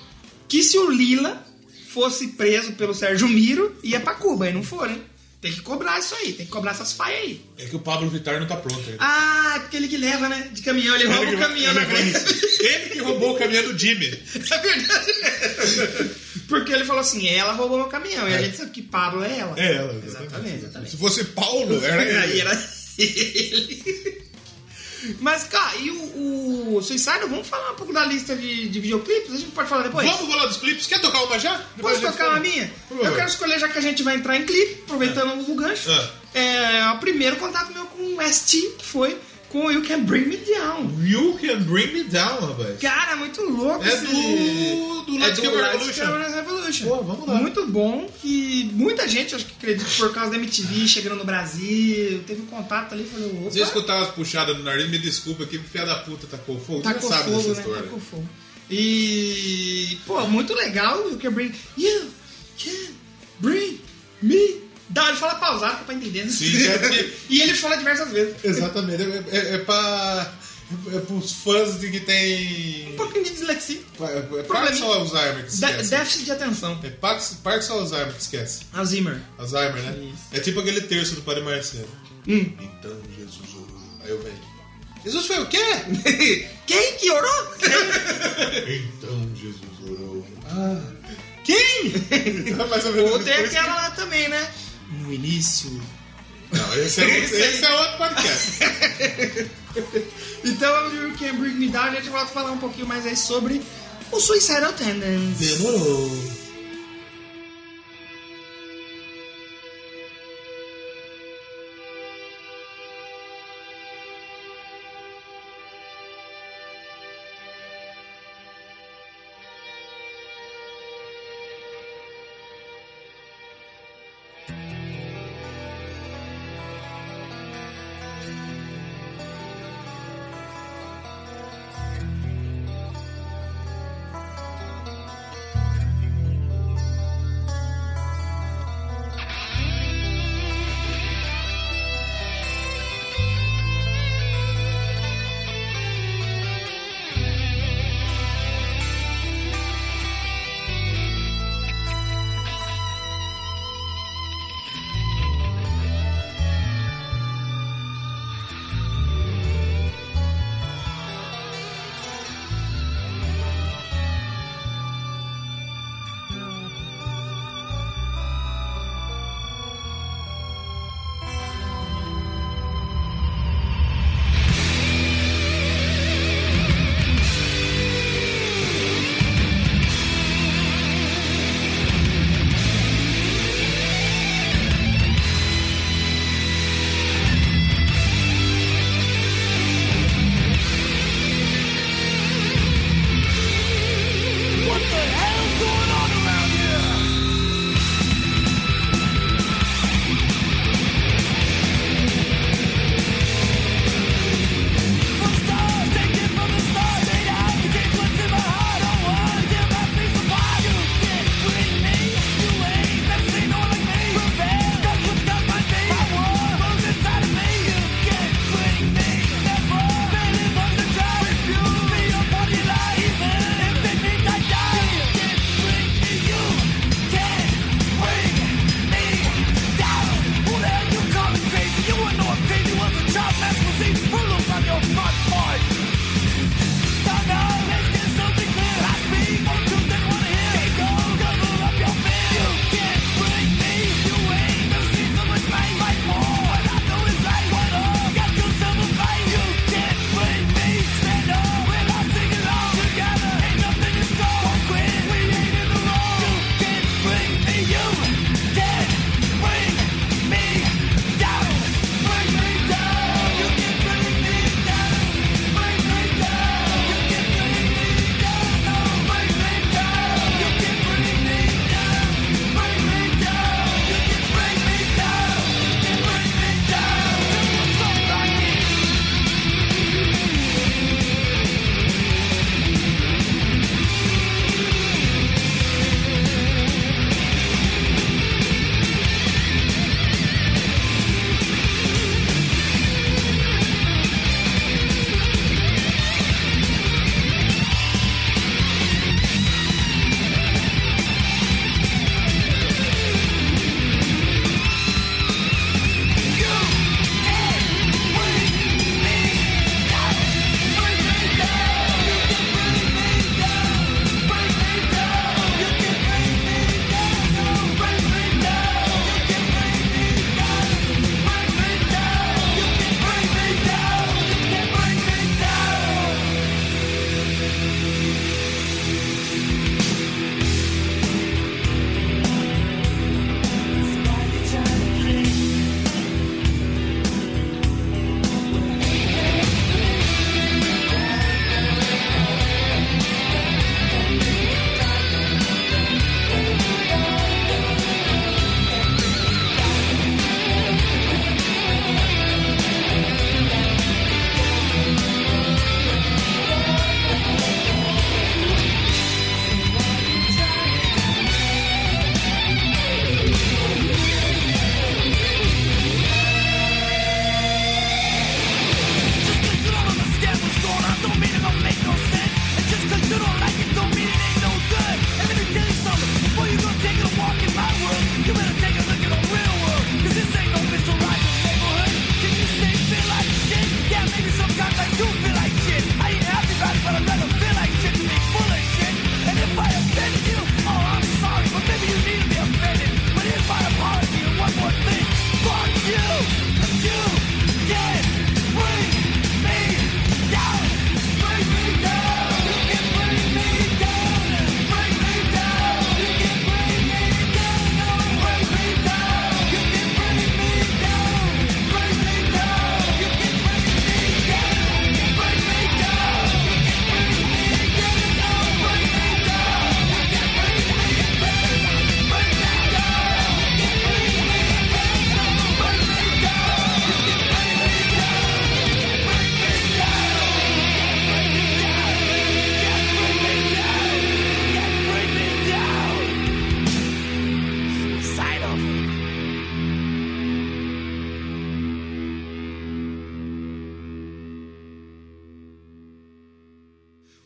S1: que se o Lila fosse preso pelo Sérgio Miro, ia pra Cuba, e não foi, né? Tem que cobrar isso aí, tem que cobrar essas falhas aí.
S3: É que o Pablo Vittar não tá pronto ainda.
S1: Ah, é porque ele que leva, né? De caminhão, ele rouba o caminhão da frente.
S3: Ele que roubou o caminhão do Jimmy.
S1: É verdade. Porque ele falou assim, ela roubou meu caminhão. E a gente sabe que Pablo é ela.
S3: É, ela,
S1: Exatamente, exatamente.
S3: Se fosse Paulo, era
S1: Aí
S3: ele.
S1: era ele. Mas, cara, e o, o Suicide, vamos falar um pouco da lista de, de videoclipes? A gente pode falar depois?
S3: Vamos falar dos clipes? Quer tocar uma já? Depois
S1: Posso
S3: a gente
S1: tocar
S3: fala.
S1: uma minha?
S3: Por favor.
S1: Eu quero escolher, já que a gente vai entrar em clipe, aproveitando o gancho. É, o primeiro contato meu com o ST, que foi com o You Can Bring Me Down.
S3: You Can Bring Me Down, rapaz.
S1: Cara, muito louco
S3: É
S1: esse-
S3: do- do Lights
S1: é do
S3: Camera
S1: Lights
S3: Revolution.
S1: Camera Revolution.
S3: Pô, vamos lá.
S1: Muito bom que muita gente, acho que acredito, por causa da MTV chegando no Brasil, teve um contato ali e falou,
S3: Se eu
S1: opa,
S3: escutar as puxadas no nariz, me desculpa que filha da puta tacou fogo. Você
S1: tacou
S3: sabe dessa
S1: fogo, né?
S3: história.
S1: Tacou fogo. E, pô, muito legal o que bring... You can bring me down. Ele fala pausado que é pra entender, né?
S3: Sim, é porque-
S1: e ele fala diversas vezes.
S3: Exatamente. É, é, é pra... É pros fãs de que tem...
S1: Um pouquinho de dislexia,
S3: É Parkinson
S1: Probleminha.
S3: ou Alzheimer que
S1: de-
S3: esquece?
S1: déficit de atenção.
S3: É Parkinson Parkinson ou Alzheimer que esquece?
S1: Alzheimer.
S3: Alzheimer, né?
S1: Isso.
S3: É tipo aquele terço do Padre Marcelo.
S1: Hum.
S3: Então Jesus orou. Aí eu venho. Jesus foi o quê?
S1: Quem que orou?
S3: então Jesus orou. Ah. Quem? É Mais ou menos
S1: Ou tem
S3: depois que-
S1: aquela lá também, né? No início.
S3: Não, esse é, outro- esse é outro podcast.
S1: Então, o You Can Bring Me Down, a gente volta a falar um pouquinho mais aí sobre o Suicidal Tendency.
S5: Demorou.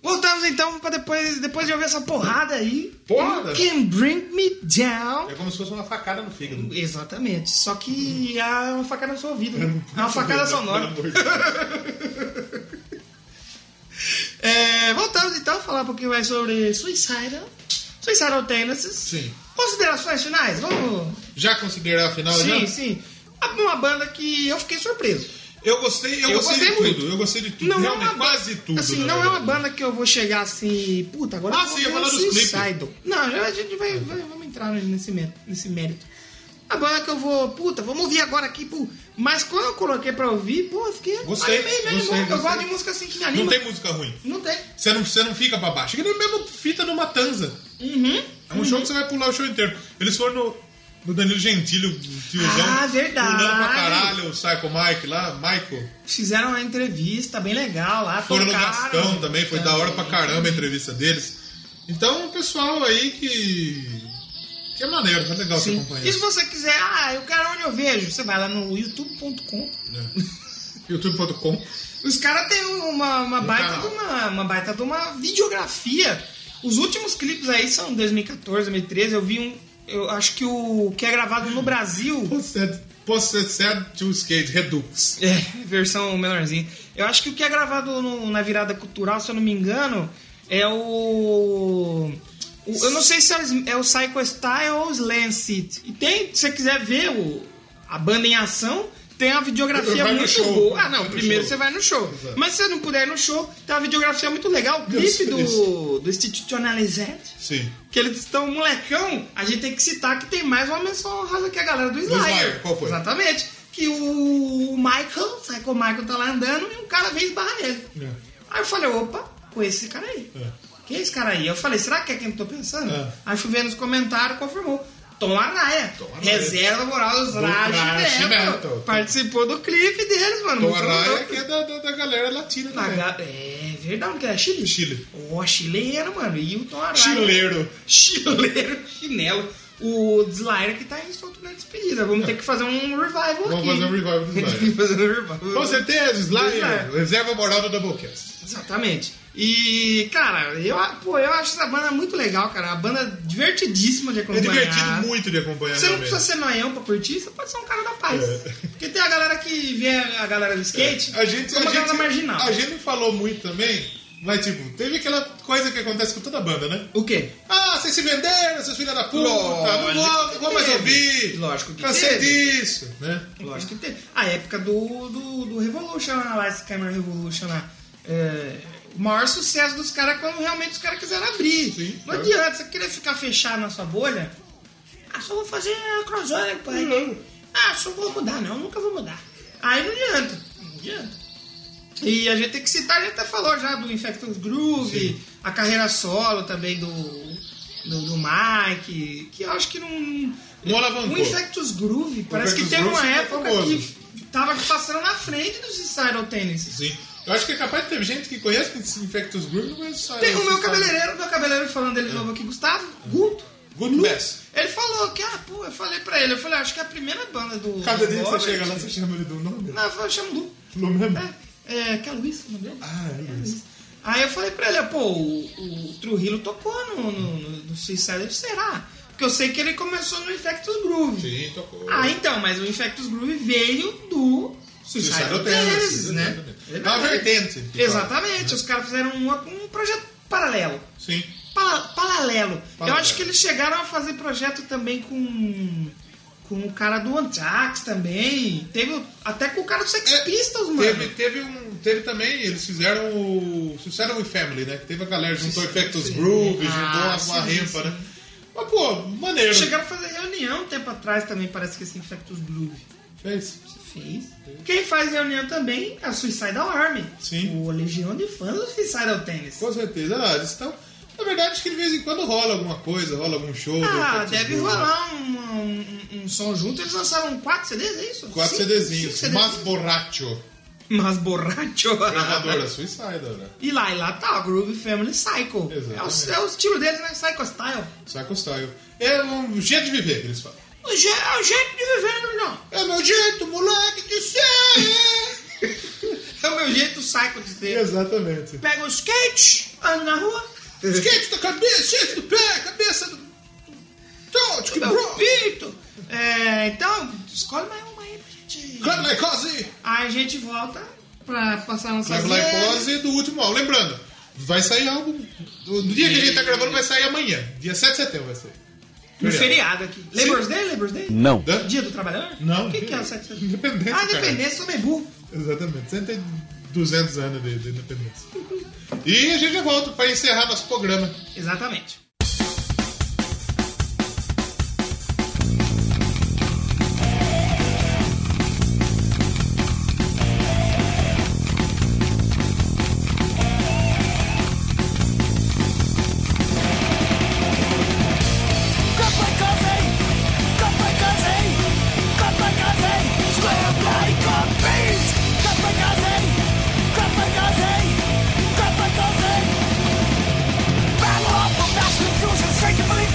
S1: Vamos então para depois, depois de ouvir essa porrada aí.
S3: Porrada?
S1: Can bring me down.
S3: É como se fosse uma facada no fígado.
S1: Exatamente. Só que é uma facada no seu ouvido. Né? É uma facada
S3: Pelo
S1: sonora.
S3: amor de Deus.
S1: É, voltamos então a falar um pouquinho mais sobre Suicidal. Suicidal Tendencies.
S3: Sim.
S1: Considerações finais? Vamos.
S3: Já considerar a final?
S1: sim,
S3: já?
S1: sim. Uma banda que eu fiquei surpreso.
S3: Eu gostei, eu,
S1: Eu
S3: gostei, de
S1: gostei muito.
S3: tudo. Eu gostei de tudo.
S1: Não é
S3: Realmente,
S1: uma
S3: quase
S1: banda,
S3: tudo.
S1: Assim,
S3: na
S1: não é
S3: verdade.
S1: uma banda que eu vou chegar assim, puta, agora
S3: Ah,
S1: eu vou
S3: sim, ia
S1: ver
S3: falar
S1: um
S3: dos clipes.
S1: Suicidal. Não, já a gente vai, vai- vamos entrar nesse, mé- nesse mérito. A banda que eu vou, puta, vamos ouvir agora aqui, pô. Mas quando eu coloquei pra ouvir, pô, eu fiquei.
S3: Gostei,
S1: mas me- me
S3: gostei,
S1: animou. Eu
S3: gostei.
S1: gosto de música assim que me
S3: Não
S1: anima.
S3: tem música ruim.
S1: Não tem.
S3: Você não, você não fica pra baixo. É Chega na mesma fita numa tanza.
S1: Uhum.
S3: É um show que você vai pular o show inteiro. Eles foram no, no Danilo Gentili, o tiozão.
S1: Ah, verdade.
S3: Pulando pra caralho, o Psycho Mike lá, Michael.
S1: Fizeram uma entrevista bem legal lá.
S3: Foram no
S1: tocaram.
S3: Gastão também, foi da hora pra caramba a entrevista deles. Então, o pessoal aí que. que é maneiro, é legal você
S1: Sim.
S3: acompanhar.
S1: E se você quiser, ah, eu quero onde eu vejo, você vai lá no youtube.com.
S3: né? youtube.com.
S1: Os caras têm uma, uma, baita
S3: canal.
S1: de uma, uma baita de uma videografia. Os últimos clipes aí são 2014, 2013. Eu vi um. Eu acho que o que é gravado no Brasil.
S3: Possessed- Possessed to Skate Redux.
S1: É, versão menorzinha. Eu acho que o que é gravado no- na virada cultural, se eu não me engano, é o. o- eu não sei se é o, é o Psycho Style ou o Slancet. E tem, se você quiser ver o, a banda em ação, tem uma videografia
S3: Vai no
S1: muito
S3: show.
S1: boa. Ah, não,
S3: Vai no
S1: primeiro
S3: show.
S1: você vai no show.
S3: Exato.
S1: Mas se você não puder ir no show, tem uma videografia muito legal. O
S3: Deus
S1: clipe do, do Institutionalized.
S3: Sim.
S1: Que eles estão molecão, a gente tem que citar que tem mais uma menção honrosa que a galera do Slayer.
S3: Slayer, qual foi?
S1: Exatamente. Que o Michael, sabe que o Michael tá lá andando e um cara vem e esbarra nele. Aí eu falei, opa, conheço esse cara aí.
S3: É.
S1: Quem é esse cara aí? Eu falei, será que é quem eu tô pensando?
S3: É.
S1: Aí fui ver nos comentários confirmou. Tom Arraia.
S3: Tom Arraia.
S1: Reserva moral dos
S3: Do
S1: Trash
S3: Thrash
S1: Metal.
S3: Metal.
S1: Participou do clipe deles, mano.
S3: Então,
S1: Muito
S3: a Raya
S1: louco.
S3: que é da, da, da galera latina
S1: Na
S3: também.
S1: ga- É verdade, que é Chile?
S3: Chile.
S1: Ó, chileiro, mano. E o né? Tom Arraia.
S3: Chileiro.
S1: Chileiro, chinelo. O Slayer que tá em solto na despedida. Vamos ter que fazer um revival
S3: Vamos
S1: aqui.
S3: fazer um revival do
S1: Tem que
S3: Slayer.
S1: fazer um revival.
S3: Com certeza, Slayer.
S1: Slayer.
S3: Reserva moral do Doublecast.
S1: Exatamente. E, cara, eu, pô, eu acho essa banda muito legal, cara. É Uma banda divertidíssima de
S3: É
S1: acompanhar.
S3: divertido muito de acompanhar
S1: Você não
S3: realmente.
S1: precisa ser noião pra curtir, você pode ser um cara da paz.
S3: É.
S1: Porque tem a galera que vê a galera do skate,
S3: A gente,
S1: como
S3: a,
S1: É galera
S3: gente,
S1: marginal.
S3: a gente não falou muito também, mas tipo, teve aquela coisa que acontece com toda banda, né?
S1: O quê?
S3: Ah, vocês se venderam, seus filhos da puta, não
S1: Lógico
S3: vou, não
S1: que
S3: vou mais
S1: teve.
S3: ouvir.
S1: Lógico que
S3: Cansei
S1: teve.
S3: disso, né?
S1: Lógico que tem. A época do, do, do Revolution, lá, lá, esse Camera Revolution lá. É, o maior sucesso dos caras é quando realmente os caras quiseram abrir.
S3: Sim,
S1: não
S3: claro.
S1: adianta, você querer ficar fechado na sua bolha. Ah, só vou fazer crossover, pai.
S3: Uhum.
S1: Ah, só vou mudar, não, nunca vou mudar. Aí não adianta, não adianta. E a gente tem que citar, a gente até falou já do Infected Groove, a carreira solo também do, do, do Mike, que eu acho que não.
S3: Não alavancou.
S1: O Infectus Groove parece que
S3: Infectus
S1: teve uma
S3: Groove ficou
S1: época
S3: famoso.
S1: que tava passando na frente do Suicidal Tennis.
S3: Sim. Eu acho que é capaz de ter gente que conhece esse Infectus Groove, não conhece só é
S1: Tem
S3: esse
S1: o meu
S3: cara.
S1: cabeleireiro, meu cabeleireiro falando dele de novo aqui, Gustavo, Guto.
S3: Good Bass.
S1: Ele falou que, ah, pô, eu falei pra ele, eu falei, acho que é a primeira banda do.
S3: Cada
S1: do
S3: dia que você
S1: Robert.
S3: chega lá, você chama ele do nome.
S1: Não, eu falei, chama o Lu.
S3: Lu mesmo?
S1: É, é, que é Luiz, o nome dele?
S3: Ah, é isso.
S1: Aí eu falei pra ele, pô, o, o Trujillo tocou no, no, no, no Suicidal, será? Porque eu sei que ele começou no Infectus Groove.
S3: Sim, tocou.
S1: Ah, então, mas o Infectus Groove veio do Suicidal Tennis, né? É
S3: Na
S1: verdade.
S3: Ah, vertente. que Uhum.
S1: Exatamente, os caras fizeram uma com um projeto paralelo.
S3: fala. Sim.
S1: Pala- paralelo. Eu
S3: Paralelo.
S1: acho que eles chegaram a fazer projeto também com com o cara do Anthrax também. Teve o- até com o cara do Sex
S3: É,
S1: Pistols, mano.
S3: Teve, teve, um, teve também, eles fizeram o. Fizeram o Family, né? Que teve a galera, juntou Effectus Groove,
S1: Ah,
S3: juntou uma
S1: sim,
S3: rempa,
S1: sim.
S3: né? Mas, pô, maneiro.
S1: Chegaram a fazer reunião um tempo atrás também, parece que esse Infectus Groove
S3: Fez.
S1: fez. Quem faz reunião também é a Suicidal Army.
S3: Sim.
S1: O legião de fãs do Suicidal Tennis.
S3: Com certeza. Ah, eles estão. Na verdade, acho que de vez em quando rola alguma coisa, rola algum show.
S1: Ah,
S3: do Effectus
S1: deve
S3: Groove.
S1: rolar um, um, um som junto. Eles lançaram quatro CDs, é isso?
S3: Quatro
S1: Cinco-
S3: CDzinhos.
S1: cinco
S3: Mas borracho.
S1: Mas borracho.
S3: Gravadora Suicida, né?
S1: E lá, e lá tá, Groove Family Psycho. É
S3: Exatamente.
S1: o, é o estilo deles, né? Psycho Style.
S3: Psycho Style. É um jeito de viver que eles falam.
S1: O je- é o jeito de viver, não.
S3: É meu jeito, moleque de ser!
S1: É o
S8: meu jeito, saco de ser.
S3: Exatamente.
S1: Pega o skate, anda na rua,
S3: Skate da cabeça, skate do pé, cabeça do. Tote, que
S1: meu
S3: bro!
S1: pinto. É, então, escolhe mais uma aí pra gente.
S3: Clavicose!
S8: Aí a gente volta pra passar nossas
S3: Clavicose do último álbum. Lembrando, vai sair álbum. No dia que a gente tá gravando, vai sair amanhã. Dia 7 de setembro vai sair.
S1: No feriado aqui. Labor's Day, Labor's Day?
S2: Não.
S3: Hã?
S1: Dia do Trabalhador?
S3: Não.
S1: O que, que é o 7 de setembro?
S3: Independência.
S1: Ah,
S3: cara.
S1: dependência sobre burro.
S3: Exatamente. 100 e 200 anos de, de independência. E a gente já volta pra encerrar nosso programa.
S1: Exatamente.
S4: Battle of the master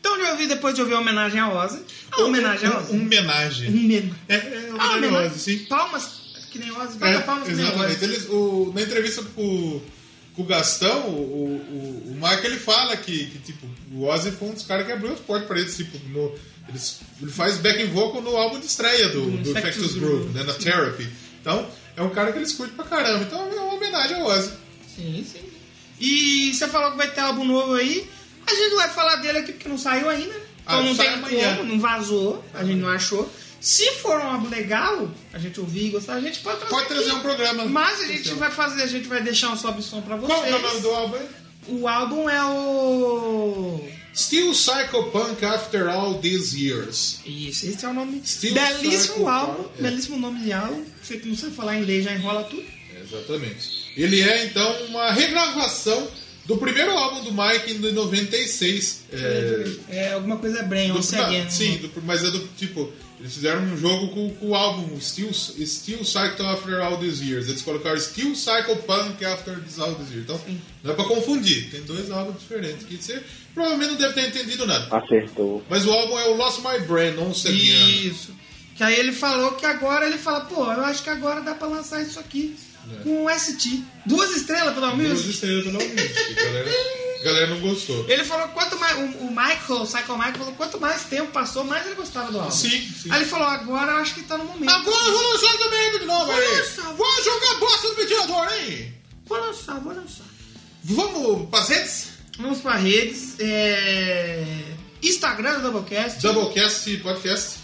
S1: Então, acabou de ouvir a homenagem a Ozzy. A homenagem a Ozzy.
S3: Um homenagem.
S1: Homenagem.
S3: É, é
S1: Ah,
S3: homenagem ao
S1: homenagem.
S3: Ozzy, sim.
S1: Palmas que nem Ozzy. Bata palmas
S3: É,
S1: que nem
S3: exatamente.
S1: Ozzy.
S3: Eles, o- na entrevista com, com o Gastão, o, o, o- o Mark ele fala que, que, tipo, o Ozzy foi um dos caras que abriu as portas pra eles. Tipo, no- eles- ele faz back vocal no álbum de estreia do, do
S1: Infectious
S3: Infectious
S1: Groove.
S3: Groove, né, na Therapy. Então, é um cara que eles curtem pra caramba. Então, é uma homenagem ao Ozzy.
S1: Sim, sim. E você falou que vai ter álbum novo aí. A gente vai falar dele aqui porque não saiu ainda, né? Então
S3: Ah,
S1: não
S3: sai
S1: tem
S3: amanhã. Ah.
S1: como, não vazou, a gente não achou. Se for um álbum legal, a gente ouvir e gostar, a gente pode trazer.
S3: Pode trazer
S1: aqui.
S3: um programa.
S1: Mas a gente
S3: especial.
S1: vai fazer, a gente vai deixar um sobe som pra vocês.
S3: Qual que é o nome do álbum? aí?
S1: O álbum é o.
S3: Still Psychopunk After All These Years.
S1: Isso, esse é o nome.
S3: Still
S1: belíssimo
S3: Circle
S1: álbum,
S3: Park, é.
S1: belíssimo nome de álbum. Você que não sabe falar inglês já enrola tudo.
S3: Exatamente. Ele é então uma regravação do primeiro álbum do Mike de 96. É,
S1: É alguma coisa brain,
S3: do-
S1: once again.
S3: não, sim, do- mas é do tipo. Eles fizeram um jogo com, com o álbum Still, Still Psycho After All These Years. Eles colocaram Still Psycho Punk After These All These Years. Então, não é pra confundir. Tem dois álbuns diferentes que você provavelmente não deve ter entendido nada.
S7: Acertou.
S3: Mas o álbum é o Lost My Brain, não sei
S1: Isso. Que aí ele falou que agora ele fala, pô, eu acho que agora dá pra lançar isso aqui com o ST. Duas estrelas pelo
S3: É. Duas
S1: menos.
S3: estrelas pelo Music. A galera, a galera não gostou.
S1: Ele falou quanto mais. O, o Michael, o Psycho Michael falou quanto mais tempo passou, mais ele gostava do álbum.
S3: Sim, sim.
S1: Aí ele falou, agora eu acho que tá no momento.
S3: Agora eu vou lançar também de novo, aí.
S1: lançar.
S3: Vou jogar bosta no ventilador, hein?
S1: Vou lançar, vou lançar.
S3: Vamos pras redes?
S1: Vamos pra redes. É... Instagram do Doublecast.
S3: Doublecast e Podcast.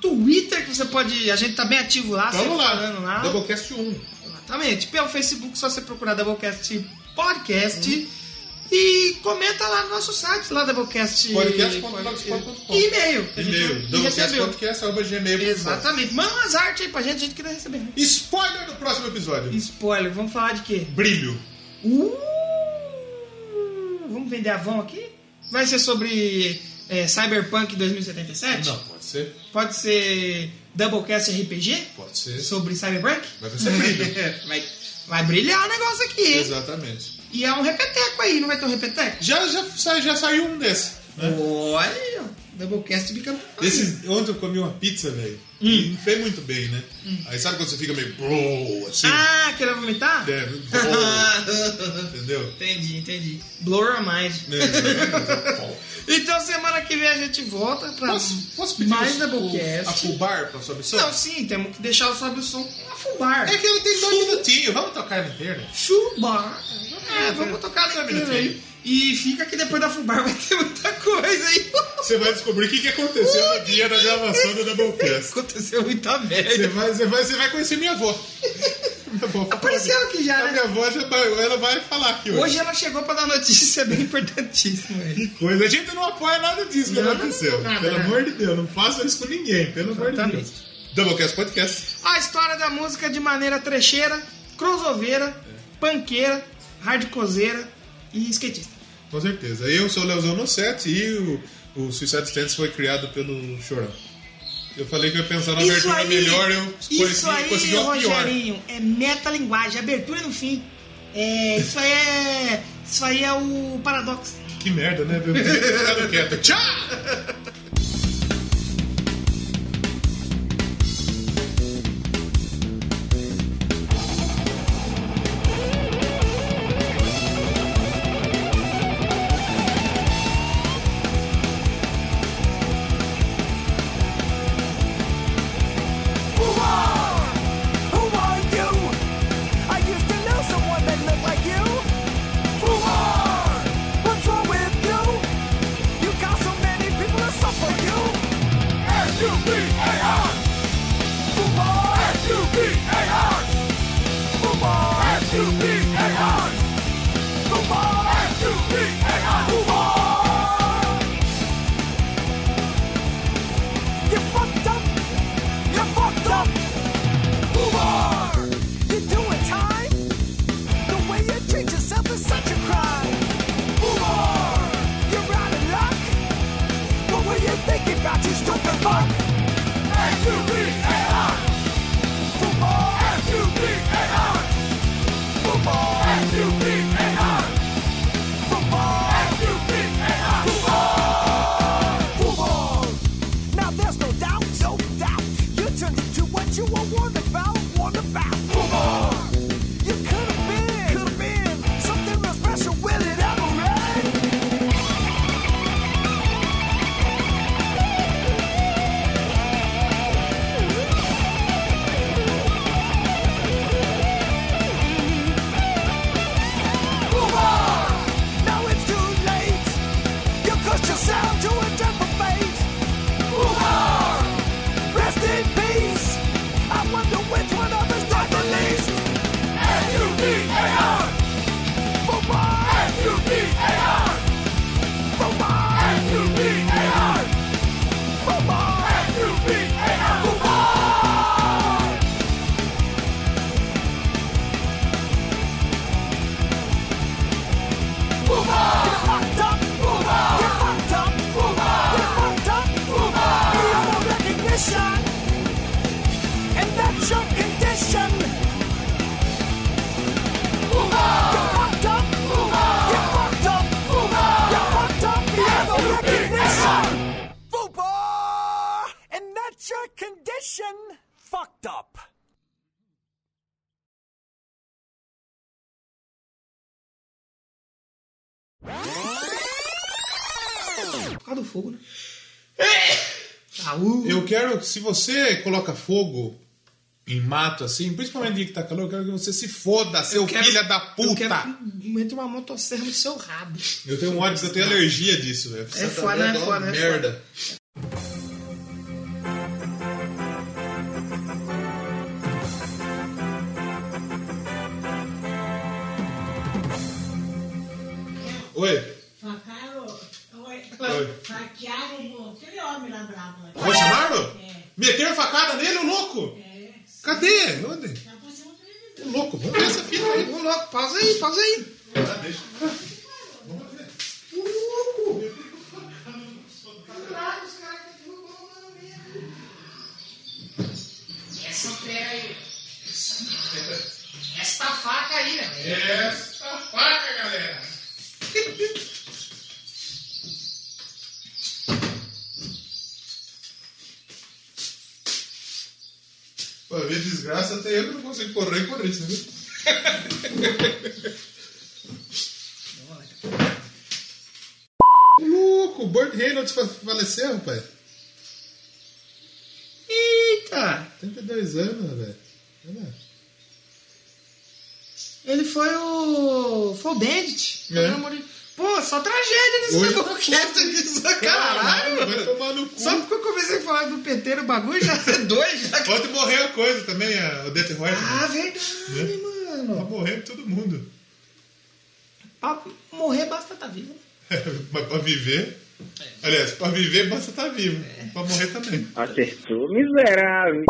S1: Twitter, que você pode. A gente tá bem ativo lá, né? sempre
S3: Vamos lá.
S1: falando lá.
S3: Doublecast 1.
S1: Exatamente. Pelo Facebook, só você procurar Doublecast Podcast.
S3: É.
S1: E comenta lá no nosso site, lá Doublecast
S3: Podcast.blogspot.com.
S1: E E-mail. que a gente
S3: E-mail.
S1: recebeu.
S3: Doublecastpodcast.gmail.
S1: Exatamente. Manda umas artes aí pra gente, a gente queria receber. né?
S3: Spoiler do próximo episódio.
S1: Spoiler, vamos falar de quê?
S3: Brilho.
S1: Uh, vamos vender avão aqui? Vai ser sobre é, Cyberpunk 2077?
S3: Não, pode ser.
S1: Pode ser Doublecast RPG?
S3: Pode ser.
S1: Sobre Cyberpunk?
S3: Mas vai ser brilho.
S1: Vai, vai brilhar o negócio aqui, hein?
S3: Exatamente.
S1: E é um repeteco aí, não vai ter um repeteco?
S3: Já, já, sa- já saiu um desse. né?
S1: Olha, Doublecast bicampeão.
S3: Esse, ontem eu comi uma pizza, velho. E
S1: Hum.
S3: não fez muito bem, né? Aí sabe quando você fica meio. Bro, assim?
S1: Ah, queria vomitar?
S3: É, bro, entendeu?
S1: entendi, entendi. Blow your mind.
S3: Né?
S1: Então semana que vem a gente volta pra
S3: posso, posso pedir
S1: mais
S3: o-
S1: Doublecast.
S3: a Fubar pra sua missão?
S1: Não, sim, temos que deixar o sobe o som a fubar.
S3: É que ele tem dois minutinhos, vamos tocar no inteiro.
S1: Fubar. É, vamos tocar
S3: Só um
S1: inteiro aí.
S3: minutinho.
S1: E fica que depois da fubar vai ter muita coisa aí.
S3: Você vai descobrir o que, que aconteceu no dia da gravação do Doublecast.
S1: Aconteceu muita merda.
S3: Você vai, você, vai, você vai conhecer minha avó. Minha avó fala-
S1: Apareceu aqui já,
S3: A
S1: né?
S3: minha avó já vai, ela vai falar aqui hoje.
S1: Hoje ela chegou pra dar notícia bem importantíssima. aí.
S3: Que coisa. A gente não apoia nada disso que
S1: Não,
S3: aconteceu.
S1: não, não,
S3: pelo
S1: não.
S3: amor de Deus, não faça isso com ninguém. Pelo amor de
S1: Exatamente.
S3: Deus. Doublecast Podcast.
S1: A história da música de maneira trecheira, crossoveira, panqueira, hardcozeira e skatista.
S3: Com certeza. Eu sou o Leozão Nocete e o, o Suicide Stance foi criado pelo Chorão. Eu falei que eu ia pensar na
S1: Isso
S3: abertura
S1: aí,
S3: melhor, eu
S1: isso
S3: consegui, consegui
S1: aí
S3: uma pior.
S1: Rogerinho, é metalinguagem, abertura no fim. É, isso aí é. Isso aí é o paradoxo.
S3: Que merda, né? Eu Ficando quieto. Tchau!
S4: Who are? Who are you? I used to know someone that looked like you. Who are? What's wrong with you? You got so many people to suffer. there's no doubt, no doubt. You turned into what you were warned about, warned about. Boomer! You could have been, could have been something real special. Will it ever end? Now it's too late. You cursed yourself to a different fate. Rest in peace. I wonder which one of us died the least. F-U-B-A-R. Boomer. F-U-B-A-R. Boomer. F-U-B-A-R. Boomer. F-U-B-A-R. Boomer. And that's your condition. You're fucked up. You're fucked up. You're fucked up. You have no recognition. Boomer. And that's your condition. Fucked up.
S1: Por causa do fogo, né? Saúl.
S3: Eu quero que se você coloca fogo em mato assim, principalmente dia que tá calor, eu quero que você se foda, seu
S1: quero-
S3: filho da puta.
S1: Eu quero que meta uma motosserra no seu rabo.
S3: Eu tenho um ódio, eu tenho alergia disso, velho.
S1: É foda, é foda, é
S3: merda. Oi,
S7: Facaram, oi,
S3: Oi.
S7: faquearam o- aquele homem lá brabo. lá.
S3: Bolsonaro?
S7: É.
S3: Meteram facada nele, o louco?
S7: É,
S3: Cadê? Onde?
S7: tá passando previsão.
S3: O louco, vamos ver essa fita aí.
S1: Ô, louco, pausa aí, pausa aí.
S6: Essa pera aí. Esta faca aí, né?
S3: Essa faca, galera. Pra ver desgraça, até eu que não consigo correr né? e correr, sabe? Louco, o Burt Reynolds fa- faleceu, rapaz.
S1: Eita!
S3: 32 anos, né, velho. é? Olha lá.
S1: Ele foi o. Foi o Bandit.
S3: É.
S1: Pô, só tragédia nesse
S3: Hoje-
S1: podcast aqui,
S3: é
S1: só caralho,
S3: Vai
S1: mano.
S3: tomar no cu.
S1: Só porque eu comecei a falar do PT no bagulho, já é dois, já.
S3: Pode morrer a coisa também, a, o Death Roy.
S1: Ah, verdade,
S3: Tá
S1: mano.
S3: morrendo todo mundo.
S1: Pra morrer basta tá vivo.
S3: Mas pra viver. Aliás, tá pra viver basta estar vivo. Pra morrer também.
S9: Acertou, miserável.